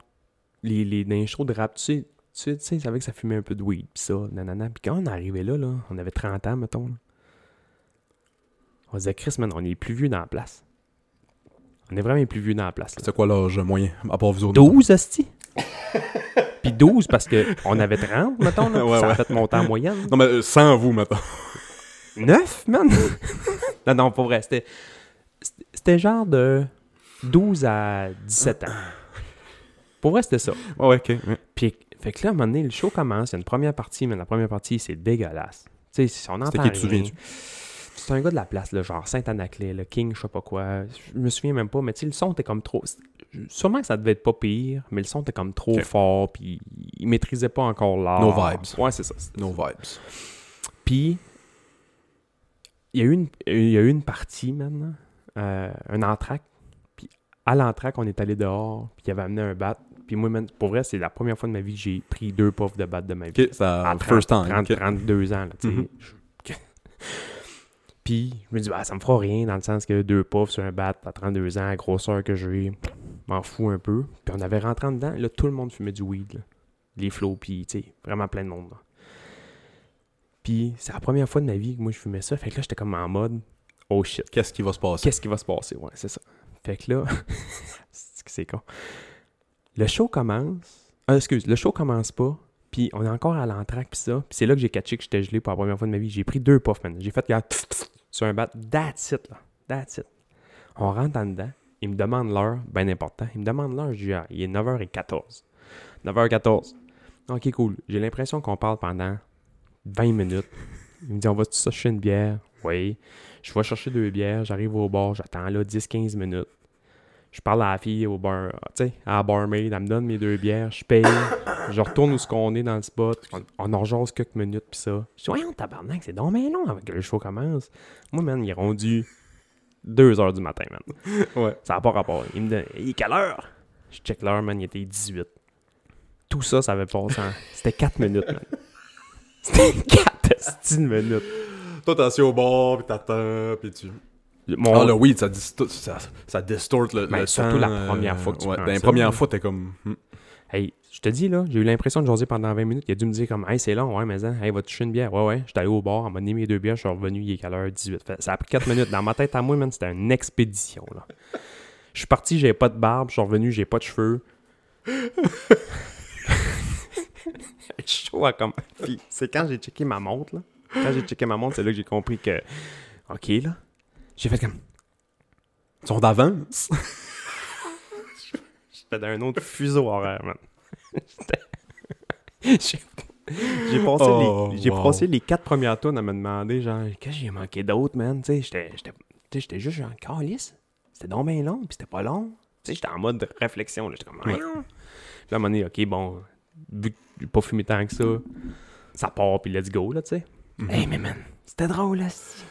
S2: les, les, dans les shows de rap, tu sais, tu sais, tu sais, ils savaient que ça fumait un peu de weed, pis ça, nanana. Puis quand on arrivait là, là, on avait 30 ans, mettons, là, on se disait, Chris, man, on est les plus vieux dans la place. On est vraiment les plus vieux dans la place. là.
S1: C'était quoi l'âge moyen, à part vous autres?
S2: 12, hostie. Puis 12 parce qu'on avait 30, mettons. Là, puis
S1: Ouais,
S2: ça a
S1: ouais.
S2: fait monter en moyenne.
S1: Non, mais euh, sans vous, maintenant.
S2: 9, man. non, non, pas vrai. C'était, c'était- c'était genre de 12 à 17 ans. Pour vrai, c'était ça.
S1: Ouais, ouais, ok. ouais.
S2: Puis, fait que là, à un moment donné, le show commence. Il y a une première partie, mais la première partie, c'est dégueulasse. Tu sais, si on entend
S1: C'était qui, tu te
S2: rien-
S1: souviens-tu?
S2: C'est un gars de la place, là, genre Saint-Anaclet, le King, je sais pas quoi. Je me souviens même pas, mais tu sais, le son était comme trop. Sûrement que ça devait être pas pire, mais le son était comme trop
S1: Ok.
S2: fort, puis il maîtrisait pas encore l'art.
S1: No vibes.
S2: Ouais, c'est ça.
S1: No vibes.
S2: Puis, il y a eu une, il y a eu une partie maintenant, euh, un entraque. Puis, à l'entraque, on est allé dehors, puis il avait amené un bat. Puis moi, man, pour vrai, c'est la première fois de ma vie que j'ai pris deux puffs de bat de ma vie.
S1: Ok, ça.
S2: À 30,
S1: first time.
S2: 30,
S1: ok.
S2: 32 ans, là, tu sais.
S1: Mhm.
S2: Je- Puis, je me dis, bah, ça me fera rien, dans le sens que deux puffs sur un bat à 32 ans, la grosseur que j'ai, m'en fous un peu. Puis on avait rentré en dedans, là, tout le monde fumait du weed, là. Les flots, puis, tu sais, vraiment plein de monde, là. Puis, c'est la première fois de ma vie que moi, je fumais ça. Fait que là, j'étais comme en mode, oh shit.
S1: Qu'est-ce qui va se passer?
S2: Qu'est-ce qui va se passer? Ouais, c'est ça. Fait que là, c'est que c'est con. Le show commence. Ah, excuse, le show commence pas. Puis on est encore à l'entraque, puis ça. Puis c'est là que j'ai catché que j'étais gelé pour la première fois de ma vie. J'ai pris deux puffs, man. J'ai fait regarde, pss, pss, sur un bat. That's it, là. That's it. On rentre en dedans. Il me demande l'heure, bien important. Il me demande l'heure, je dis, ah, il est 9h14. 9h14. Ok, cool. J'ai l'impression qu'on parle pendant 20 minutes. Il me dit, on va-tu chercher une bière? Oui. Je vais chercher deux bières, j'arrive au bar, j'attends là 10-15 minutes. Je parle à la fille au bar, ah, tu sais, à la barmaid, elle me donne mes deux bières, je paye, je retourne où ce qu'on est dans le spot, on, on en jase quelques minutes pis ça. Je dis, voyons, tabarnak, c'est donc bien long avant que le show commence. Moi, man, il est rendu 2 heures du matin, man.
S1: Ouais.
S2: Ça n'a pas rapport. Il me donne, il est quelle heure? Je check l'heure, man, il était 18. Tout ça, ça avait passé en... C'était 4 minutes, man. C'était 4 minutes.
S1: Toi, t'es assis au bord, puis t'attends, puis tu.
S2: Mon-
S1: Ah, le weed, ça, disto- ça, ça distorte le,
S2: Ben,
S1: le
S2: surtout la
S1: temps, euh,
S2: première fois que tu
S1: ouais,
S2: prends
S1: dans les
S2: ça, là.
S1: premières fois, t'es comme. hmm.
S2: Hey, je te dis, là, j'ai eu l'impression de jaser pendant 20 minutes. Il a dû me dire comme, hey, c'est long, ouais, mais hein, hey, va toucher une bière. Ouais, ouais, j'étais allé au bar, on m'a donné mes deux bières, je suis revenu, il est quelle heure? 18. Fait- ça a pris 4 minutes. Dans ma tête à moi, man, c'était une expédition, là. Je suis parti, j'avais pas de barbe, je suis revenu, j'ai pas de cheveux. Je suis chaud à comme. Puis c'est quand j'ai checké ma montre, là. Quand j'ai checké ma montre, c'est là que j'ai compris que, ok, là, j'ai fait comme,
S1: Ils sont d'avance.
S2: j'étais dans un autre fuseau horaire, man. J'étais- j'ai j'ai passé,
S1: Oh,
S2: les, j'ai
S1: wow.
S2: passé les quatre premières tonnes à me demander, genre, qu'est-ce que j'ai manqué d'autre, man? Tu sais, j'étais- j'étais tu sais, j'étais juste genre, calice. C'était donc bien long, puis c'était pas long. Tu sais, j'étais en mode réflexion, là. J'étais comme, Voyons. Puis là, à un moment donné, ok, bon, vu que j'ai pas fumé tant que ça, ça part, puis let's go, là, tu sais. Hey, mais man, c'était drôle, là. si.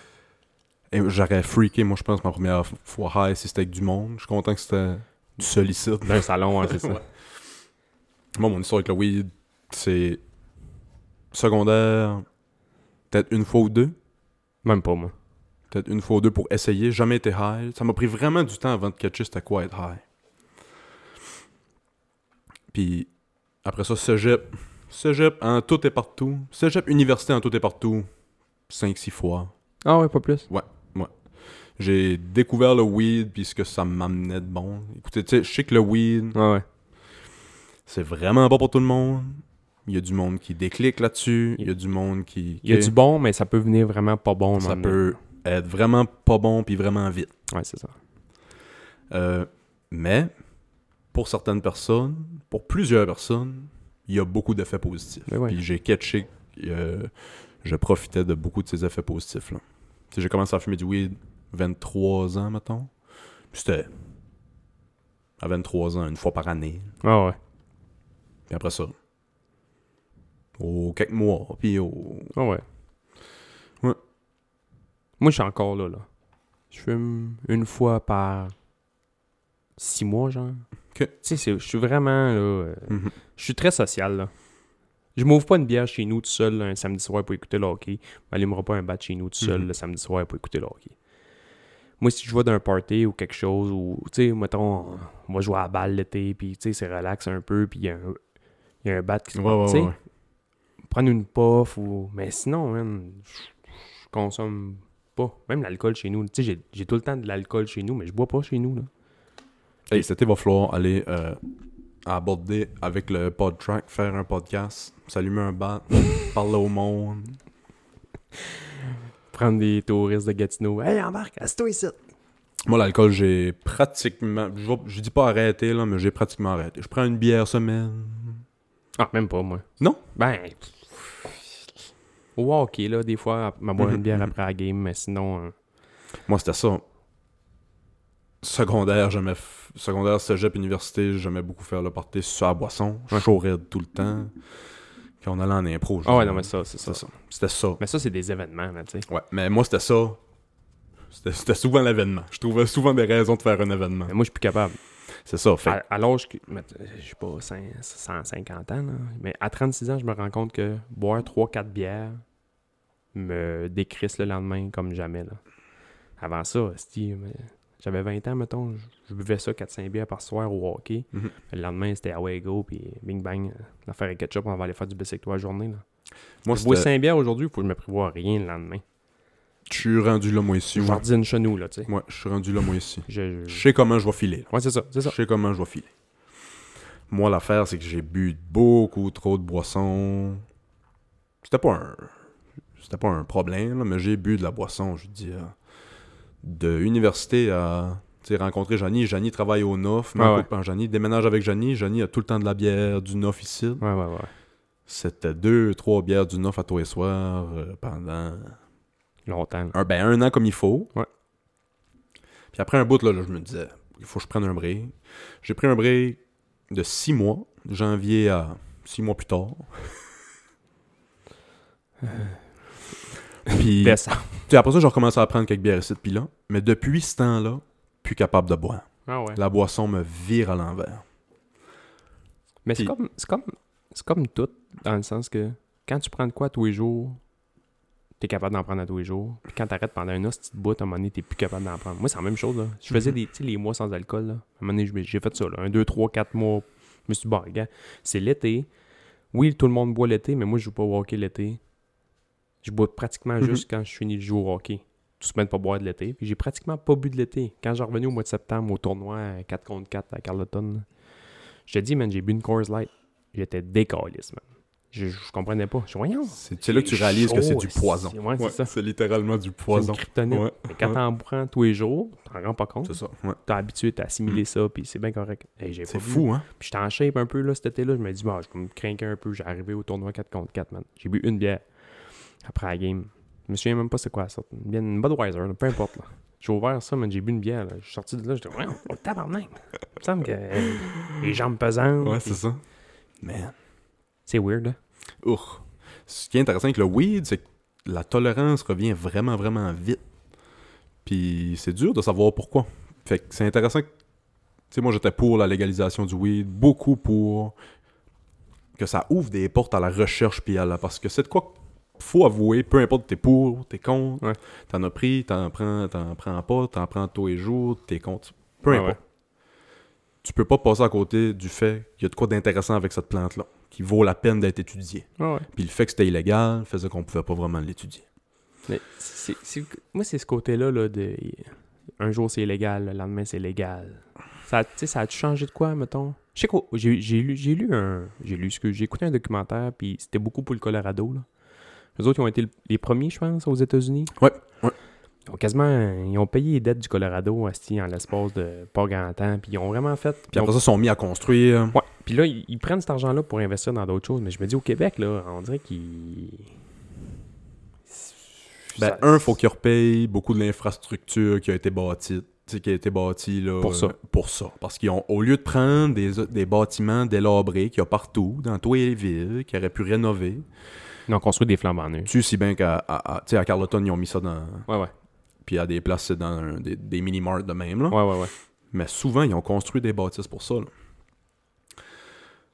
S1: Et J'aurais freaké, moi, je pense, ma première f- fois high si c'était avec du monde. Je suis content que c'était du sollicite.
S2: Dans un salon, hein, c'est ça.
S1: Ouais. Moi, mon histoire avec le weed, c'est secondaire, peut-être une fois ou deux.
S2: Même pas, moi.
S1: Peut-être une fois ou deux pour essayer. Jamais été high. Ça m'a pris vraiment du temps avant de catcher c'était quoi être high. Puis après ça, cégep. Cégep en tout et partout. Cégep université en tout et partout. 5-6 fois.
S2: Ah ouais, pas plus.
S1: J'ai découvert le weed puis ce que ça m'amenait de bon. Écoutez, tu sais, je sais que le weed,
S2: Ouais, ouais.
S1: C'est vraiment pas pour tout le monde. Il y a du monde qui déclic là-dessus. Il y a du monde qui.
S2: Il y a du bon, mais ça peut venir vraiment pas bon. à un
S1: Ça
S2: moment donné.
S1: peut être vraiment pas bon puis vraiment vite.
S2: Ouais, c'est ça.
S1: Euh, mais pour certaines personnes, pour plusieurs personnes, il y a beaucoup d'effets positifs.
S2: Ben ouais.
S1: Puis j'ai catché, euh, je profitais de beaucoup de ces effets positifs-là. Tu sais, J'ai commencé à fumer du weed 23 ans, mettons. Puis c'était à 23 ans, une fois par année.
S2: Ah ouais.
S1: Puis après ça, au quelques mois, puis au...
S2: Ah ouais.
S1: Ouais.
S2: Moi, je suis encore là, là. Je fume une fois par six mois, genre.
S1: Ok.
S2: Tu sais, c'est- je suis vraiment, là... euh,
S1: Mhm.
S2: Je suis très social, là. Je m'ouvre pas une bière chez nous tout seul là, un samedi soir pour écouter le hockey. Je m'allumera pas un bat chez nous tout seul
S1: Mhm.
S2: le samedi soir pour écouter le hockey. Moi, si je vais d'un party ou quelque chose, ou, tu sais, mettons, on va jouer à la balle l'été, puis, tu sais, c'est relax un peu, puis il y, a un- il y a un bat qui se
S1: Ouais,
S2: passe,
S1: ouais,
S2: tu sais,
S1: ouais, ouais.
S2: prendre une puff ou. Mais sinon, man, je je consomme pas. Même l'alcool chez nous. Tu sais, j'ai- j'ai tout le temps de l'alcool chez nous, mais je bois pas chez nous. Là.
S1: Hey, cet été, va falloir aller euh, aborder avec le podtrack, faire un podcast, s'allumer un bat, parler au monde.
S2: Prendre des touristes de Gatineau. Hey, embarque, assieds-toi ici.
S1: Moi, l'alcool, j'ai pratiquement. Je, vais- je dis pas arrêté, là, mais j'ai pratiquement arrêté. Je prends une bière semaine.
S2: Ah, même pas, moi.
S1: Non?
S2: Ben. pff, Au hockey, là, des fois, ma boire
S1: Mhm,
S2: une bière
S1: mhm.
S2: après la game, mais sinon. euh,
S1: Moi, c'était ça. Secondaire, j'aimais. f- Secondaire, cégep, université, j'aimais beaucoup faire le party sur la boisson. Je
S2: Ouais.
S1: chaurais tout le temps. Quand on allait en impro. je
S2: Ah ouais,
S1: disais,
S2: non, mais ça, c'est ça.
S1: C'était ça. C'était ça.
S2: Mais ça, c'est des événements, là, tu sais.
S1: Ouais. Mais moi, c'était ça. C'était- C'était souvent l'événement. Je trouvais souvent des raisons de faire un événement.
S2: Mais moi, je suis plus capable.
S1: C'est ça. Fait que-
S2: À, à l'âge que. mais, euh, Je sais pas, cin- 150 ans, là. Mais à 36 ans, je me rends compte que boire 3-4 bières me décrisse le lendemain comme jamais, là. Avant ça, esti, mais j'avais 20 ans, mettons, je- je buvais ça 4-5 bières par soir au hockey.
S1: Mhm.
S2: Le lendemain, c'était away go, puis bing bang, euh, l'affaire est ketchup, on va aller faire du bicycle la journée, là.
S1: moi,
S2: je bois
S1: c'était.
S2: 5 bières aujourd'hui, faut que je me prévoie rien le lendemain.
S1: Je suis rendu là, moi,
S2: Je
S1: ici. Ouais.
S2: jardine chez nous, là, tu sais.
S1: Ouais, je suis rendu là, moi, ici.
S2: Je-
S1: Je
S2: je-
S1: sais comment je vais filer.
S2: Ouais, c'est ça, c'est ça.
S1: Je sais comment je vais filer. Moi, l'affaire, c'est que j'ai bu beaucoup trop de boissons. C'était pas un... C'était pas un problème, là, mais j'ai bu de la boisson, je veux dire. De université à... Tu sais, rencontrer Janie. Janie travaille au Nof.
S2: Ah
S1: Ma
S2: ouais.
S1: couple en Janie. Déménage avec Janie. Janie a tout le temps de la bière du Nof ici.
S2: Ouais, ouais, ouais.
S1: C'était deux, trois bières du Nof à tous les soirs euh, pendant
S2: Longtemps, là.
S1: un, ben, un an comme il faut.
S2: Ouais.
S1: Puis après un bout, là, là, je me disais, il faut que je prenne un break. J'ai pris un break de six mois, janvier à six mois plus tard. puis, tu
S2: Décembre.
S1: sais, après ça, j'ai recommencé à prendre quelques bières ici, puis là. Mais depuis ce temps-là, plus capable de boire.
S2: Ah ouais.
S1: La boisson me vire à l'envers.
S2: Mais c'est
S1: Puis-
S2: comme, c'est comme, c'est comme tout, dans le sens que quand tu prends de quoi à tous les jours, t'es capable d'en prendre à tous les jours. Puis quand t'arrêtes pendant un an, si tu te bois, à un moment donné, t'es plus capable d'en prendre. Moi, c'est la même chose, là. Je faisais
S1: Mhm.
S2: des, tu sais, les mois sans alcool, là. À un moment donné, j'ai- j'ai fait ça, là. Un, deux, trois, quatre mois. Je me suis dit, bon, regarde, c'est l'été. Oui, tout le monde boit l'été, mais moi, je joue pas au hockey l'été. Je bois pratiquement
S1: Mhm.
S2: juste quand je finis de jouer au hockey. Tout semaine pas boire de l'été. Puis j'ai pratiquement pas bu de l'été. Quand j'en revenais au mois de septembre au tournoi euh, 4 contre 4 à Carleton, je te dis, man, j'ai bu une Coors Light. J'étais décaliste, man. Je, je comprenais pas. Je suis voyons.
S1: C'est c'est là que tu réalises que c'est du
S2: chaud,
S1: poison.
S2: c'est- ouais, c'est ça.
S1: C'est littéralement du
S2: C'est une
S1: poison.
S2: kryptonite.
S1: Ouais,
S2: Mais quand t'en prends tous les jours, t'en rends pas compte.
S1: c'est ça. ouais.
S2: T'es habitué, t'as assimilé ça, puis c'est bien correct. Hey, j'ai
S1: C'est
S2: pas bu.
S1: fou, hein?
S2: Puis j'étais en shape un peu là, cet été-là. Je me dis, bon, je vais me craquer un peu. J'ai arrivé au tournoi 4 contre 4, man. J'ai bu une bière après la game. Je me souviens même pas c'est quoi ça. Une, bière, une Budweiser, là, peu importe. là. J'ai ouvert ça, man. J'ai bu une bière. là. Je suis sorti de là, j'étais, ouais, oh, tabarnak. Il me semble que euh, les jambes pesantes.
S1: Ouais,
S2: puis-
S1: c'est ça. Man.
S2: c'est weird, là.
S1: Ouh. Ce qui est intéressant avec le weed, c'est que la tolérance revient vraiment, vraiment vite. Puis c'est dur de savoir pourquoi. Fait que c'est intéressant. que- Tu sais, moi, j'étais pour la légalisation du weed, beaucoup pour que ça ouvre des portes à la recherche puis à la... Parce que c'est de quoi que faut avouer, peu importe t'es pour, t'es contre,
S2: Ouais.
S1: t'en as pris, t'en prends, t'en prends pas, t'en prends tous les jours, t'es contre. Peu
S2: Ouais,
S1: importe
S2: ouais.
S1: tu peux pas passer à côté du fait qu'il y a de quoi d'intéressant avec cette plante-là, qui vaut la peine d'être étudiée.
S2: Ah ouais.
S1: Puis le fait que c'était illégal faisait qu'on pouvait pas vraiment l'étudier.
S2: Mais c'est- c'est- moi, c'est ce côté-là là, de. Un jour, c'est illégal, le lendemain, c'est légal. Ça, a- tu sais, ça a changé de quoi, mettons? Je sais qu'au- j'ai j'ai lu, j'ai lu un. J'ai lu, excuse, j'ai écouté un documentaire, puis c'était beaucoup pour le Colorado, là. Eux autres, ils ont été le- les premiers, je pense, aux États-Unis.
S1: Ouais, ouais.
S2: Ils ont quasiment. Ils ont payé les dettes du Colorado, asti, en l'espace de pas grand temps, puis ils ont vraiment fait.
S1: Puis
S2: ils ont-
S1: après ça, ils sont mis à construire.
S2: Ouais. Puis là, ils, ils prennent cet argent-là pour investir dans d'autres choses. Mais je me dis, au Québec, là, on dirait qu'ils.
S1: Ben,
S2: Ça-
S1: un, faut qu'ils repayent beaucoup de l'infrastructure qui a été bâtie. tu sais, qui a été bâtie là, euh,
S2: Pour ça.
S1: pour ça. Parce qu'ils ont, au lieu de prendre des, des bâtiments délabrés qu'il y a partout, dans toutes les villes, qu'ils auraient pu rénover,
S2: Ils ont construit des flambes en neuf.
S1: tu sais, si bien qu'à à, à- tu sais, à Carleton, ils ont mis ça dans.
S2: Ouais, ouais.
S1: Puis à des places, c'est dans un- des, des mini-marts de même. Là.
S2: Ouais, ouais, ouais.
S1: Mais souvent, ils ont construit des bâtisses pour ça. là.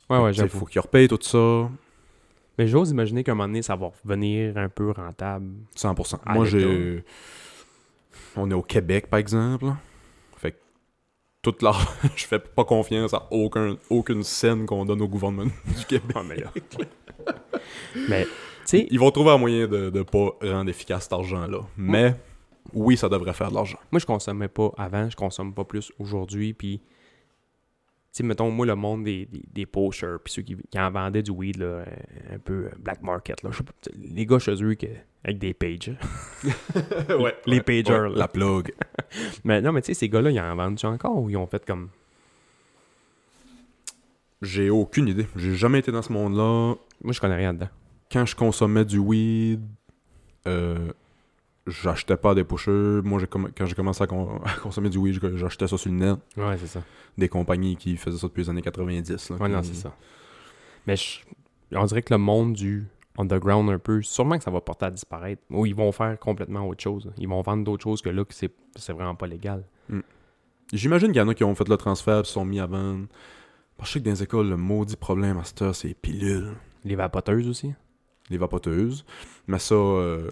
S2: Ouais, ouais,
S1: Tu sais,
S2: j'avoue.
S1: faut qu'ils repayent tout ça.
S2: Mais j'ose imaginer qu'à un moment donné, ça va revenir un peu rentable.
S1: 100%.
S2: Ah,
S1: Moi,
S2: avec
S1: j'ai. On est au Québec, par exemple. là. Fait que toute la... je fais pas confiance à aucun... aucune scène qu'on donne au gouvernement du Québec.
S2: mais là. mais, tu sais,
S1: Ils vont trouver un moyen de ne pas rendre efficace cet argent-là. Mais oui, ça devrait faire de l'argent.
S2: moi, je consommais pas avant, je consomme pas plus aujourd'hui. Puis, tu sais, mettons, moi, le monde des, des, des pochers, puis ceux qui, qui en vendaient du weed, là, un- un peu euh, black market, là. je sais pas, tu sais, les gars chez eux que- avec des pages. les pagers, là.
S1: la plug.
S2: Mais non, mais tu sais, ces gars-là, ils en vendent-tu encore ou ils ont fait comme.
S1: J'ai aucune idée. J'ai jamais été dans ce monde-là.
S2: Moi, je connais rien dedans.
S1: Quand je consommais du weed, euh, j'achetais pas des pushers. Moi, j'ai comm- quand j'ai commencé à, con- à consommer du weed, j'achetais ça sur le net.
S2: Ouais, c'est ça.
S1: des compagnies qui faisaient ça depuis les années 90. Là,
S2: Ouais, non,
S1: qui-
S2: c'est ça. Mais je- on dirait que le monde du underground, un peu, sûrement que ça va porter à disparaître. Ou ils vont faire complètement autre chose. Ils vont vendre d'autres choses que là, que c'est c'est vraiment pas légal.
S1: J'imagine qu'il y en a qui ont fait le transfert et se sont mis à vendre. Parce que Je sais que dans les écoles, le maudit problème à cette heure, c'est les pilules,
S2: Les vapoteuses aussi.
S1: les vapoteuses. Mais ça, euh,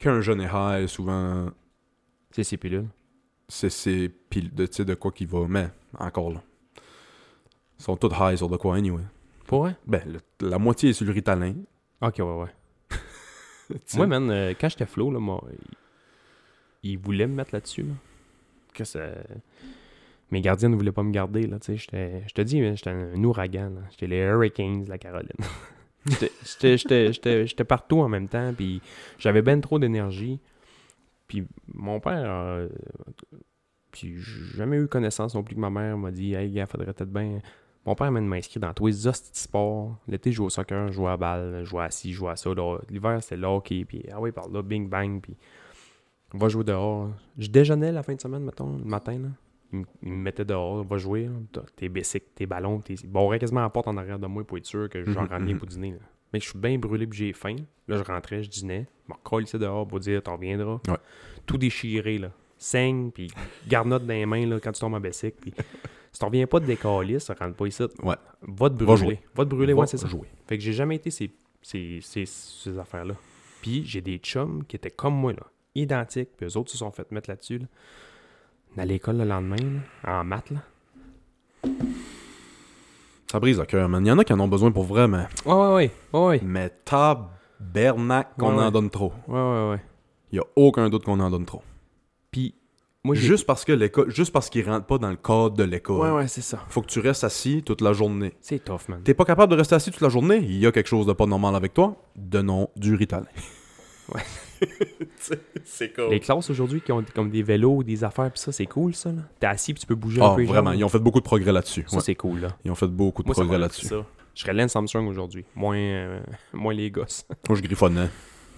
S1: qu'un jeune est high, souvent,
S2: C'est ces pilules.
S1: c'est c'est pil- de, tu sais, de quoi qu'il va. Mais encore là, ils sont tous high sur de quoi, anyway.
S2: Pour vrai?
S1: Ben, le- la moitié est sur le ritalin.
S2: Ok, ouais, ouais.
S1: Tu sais,
S2: Moi, man, euh, quand j'étais flow, là, moi, ils ils voulaient me mettre là-dessus. Là. Que ça... Mes gardiens ne voulaient pas me garder. Là, tu sais, j'étais- je te dis, man, j'étais un ouragan. là. J'étais les Hurricanes de la Caroline. J'étais- j'étais- J'étais j'étais- j'étais partout en même temps. Puis j'avais ben trop d'énergie. Puis mon père. euh, puis j'ai jamais eu connaissance non plus que ma mère m'a dit Hey, gars, faudrait peut-être bien. Mon père man, m'a inscrit dans tous les hosties de sports. L'été, je jouais au soccer, je jouais à balle, je jouais à ci, je jouais à ça. Là, L'hiver, c'était le hockey, puis ah oui, par là, bing bang, puis on va jouer dehors. Je déjeunais la fin de semaine, mettons, le matin, là. Il me- il me mettait dehors, va jouer, là. T'as tes bicycles, tes ballons, tes. Bon, on aurait quasiment la porte en arrière de moi pour être sûr que je vais en
S1: Mhm,
S2: ramener
S1: mhm.
S2: pour dîner, là. Mais je suis bien brûlé, puis j'ai faim. Là, je rentrais, je dînais. Je me recollissais dehors pour dire, t'en reviendras.
S1: Ouais.
S2: Tout déchiré, là. Saigne, puis garnotte dans les mains, là, quand tu tombes à bicycle, puis si t'en reviens pas de décaliste, rentre pas ici,
S1: Ouais.
S2: va te brûler.
S1: Va jouer.
S2: Va te brûler,
S1: Va
S2: ouais, c'est ça.
S1: jouer.
S2: Fait que j'ai jamais été ces, ces, ces, ces affaires-là. Puis j'ai des chums qui étaient comme moi, là, identiques, puis eux autres se sont fait mettre là-dessus. Là. On allait À l'école le lendemain, là, en maths, là.
S1: Ça brise le cœur, man. Il y en a qui en ont besoin pour vrai, mais,
S2: Ouais, ouais, ouais. Ouais, ouais.
S1: mais tabernacle qu'on
S2: Ouais,
S1: en
S2: ouais.
S1: donne trop.
S2: Ouais, ouais, ouais.
S1: Il y a aucun doute qu'on en donne trop.
S2: Puis, moi, j'ai.
S1: Juste parce que l'école, juste parce qu'ils rentrent pas dans le cadre de l'école.
S2: Ouais, ouais, c'est ça.
S1: Faut que tu restes assis toute la journée.
S2: C'est tough, man.
S1: T'es pas capable de rester assis toute la journée, il y a quelque chose de pas normal avec toi, donnons du Ritalin.
S2: Ouais.
S1: c'est
S2: Les classes aujourd'hui qui ont comme des vélos, des affaires, puis ça, c'est cool, ça, là. T'es assis, puis tu peux bouger un
S1: Ah,
S2: peu. les
S1: vraiment,
S2: jambes.
S1: ils ont fait beaucoup de progrès là-dessus.
S2: Ça,
S1: Ouais,
S2: c'est cool, là.
S1: Ils ont fait beaucoup de
S2: Moi, ça
S1: progrès
S2: m'a
S1: là-dessus.
S2: pris ça. Je serais Len Samsung aujourd'hui. Moins, euh, moins les gosses.
S1: Moi, je griffonnais.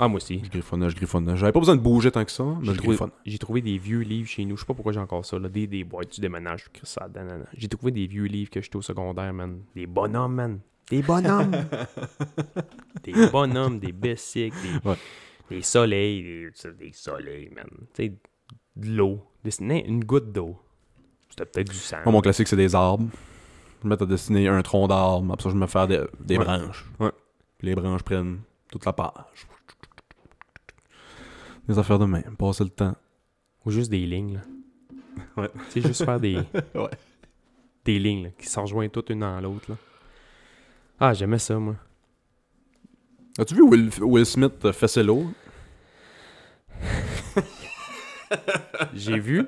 S2: Ah, moi aussi.
S1: Je griffonnais, je griffonnais. J'avais pas besoin de bouger tant que ça, mais
S2: J'ai
S1: je
S2: trouvé,
S1: griffonnais.
S2: j'ai trouvé des vieux livres chez nous. Je sais pas pourquoi j'ai encore ça. Là. Des, des boîtes, tu déménages, tu crées ça. nanana. J'ai trouvé des vieux livres que j'étais au secondaire, man. Des bonhommes, man. Des bonhommes. des bonhommes, des bicycles, des,
S1: Ouais.
S2: des soleils, des, ça, des soleils, man. Tu sais, de l'eau. Des- non, une goutte d'eau. C'était peut-être du sang.
S1: Moi, mon classique, c'est des arbres. Je me mets à dessiner un tronc d'arbre, après ça, je me fais des, des
S2: Ouais.
S1: branches.
S2: Ouais.
S1: Puis Les branches prennent toute la page. Des affaires de même, passer le temps.
S2: Ou juste des lignes, là.
S1: Ouais.
S2: Tu sais, juste faire des.
S1: Ouais.
S2: Des lignes, là, qui s'en rejoignent toutes une dans l'autre, là. Ah, j'aimais ça, moi.
S1: As-tu vu Will, Will Smith euh, fesser l'eau?
S2: J'ai vu.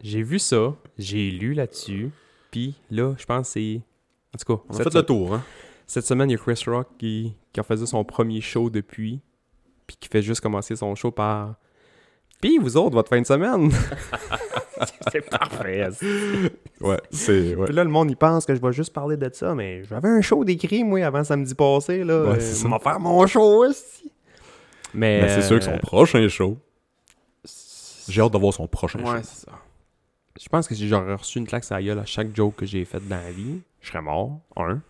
S2: J'ai vu ça. J'ai lu là-dessus. Puis là, je pense que c'est. En tout cas,
S1: On a
S2: cette,
S1: fait le tour, hein?
S2: cette semaine, il y a Chris Rock qui, qui a fait son premier show depuis. Puis qui fait juste commencer son show par. Puis vous autres, votre fin de semaine. c'est parfait. ça.
S1: Ouais, c'est. Ouais.
S2: Puis là, le monde, il pense que je vais juste parler de ça, mais j'avais un show d'écrit, moi, avant samedi passé. Là,
S1: Ouais,
S2: Euh,
S1: c'est ça.
S2: m'en faire mon show aussi. Mais,
S1: Mais c'est sûr que son
S2: euh,
S1: prochain show. J'ai hâte de voir son prochain
S2: Ouais, c'est ça. Je pense que si j'aurais reçu une claque à la gueule à chaque joke que j'ai faite dans la vie, je serais mort, un.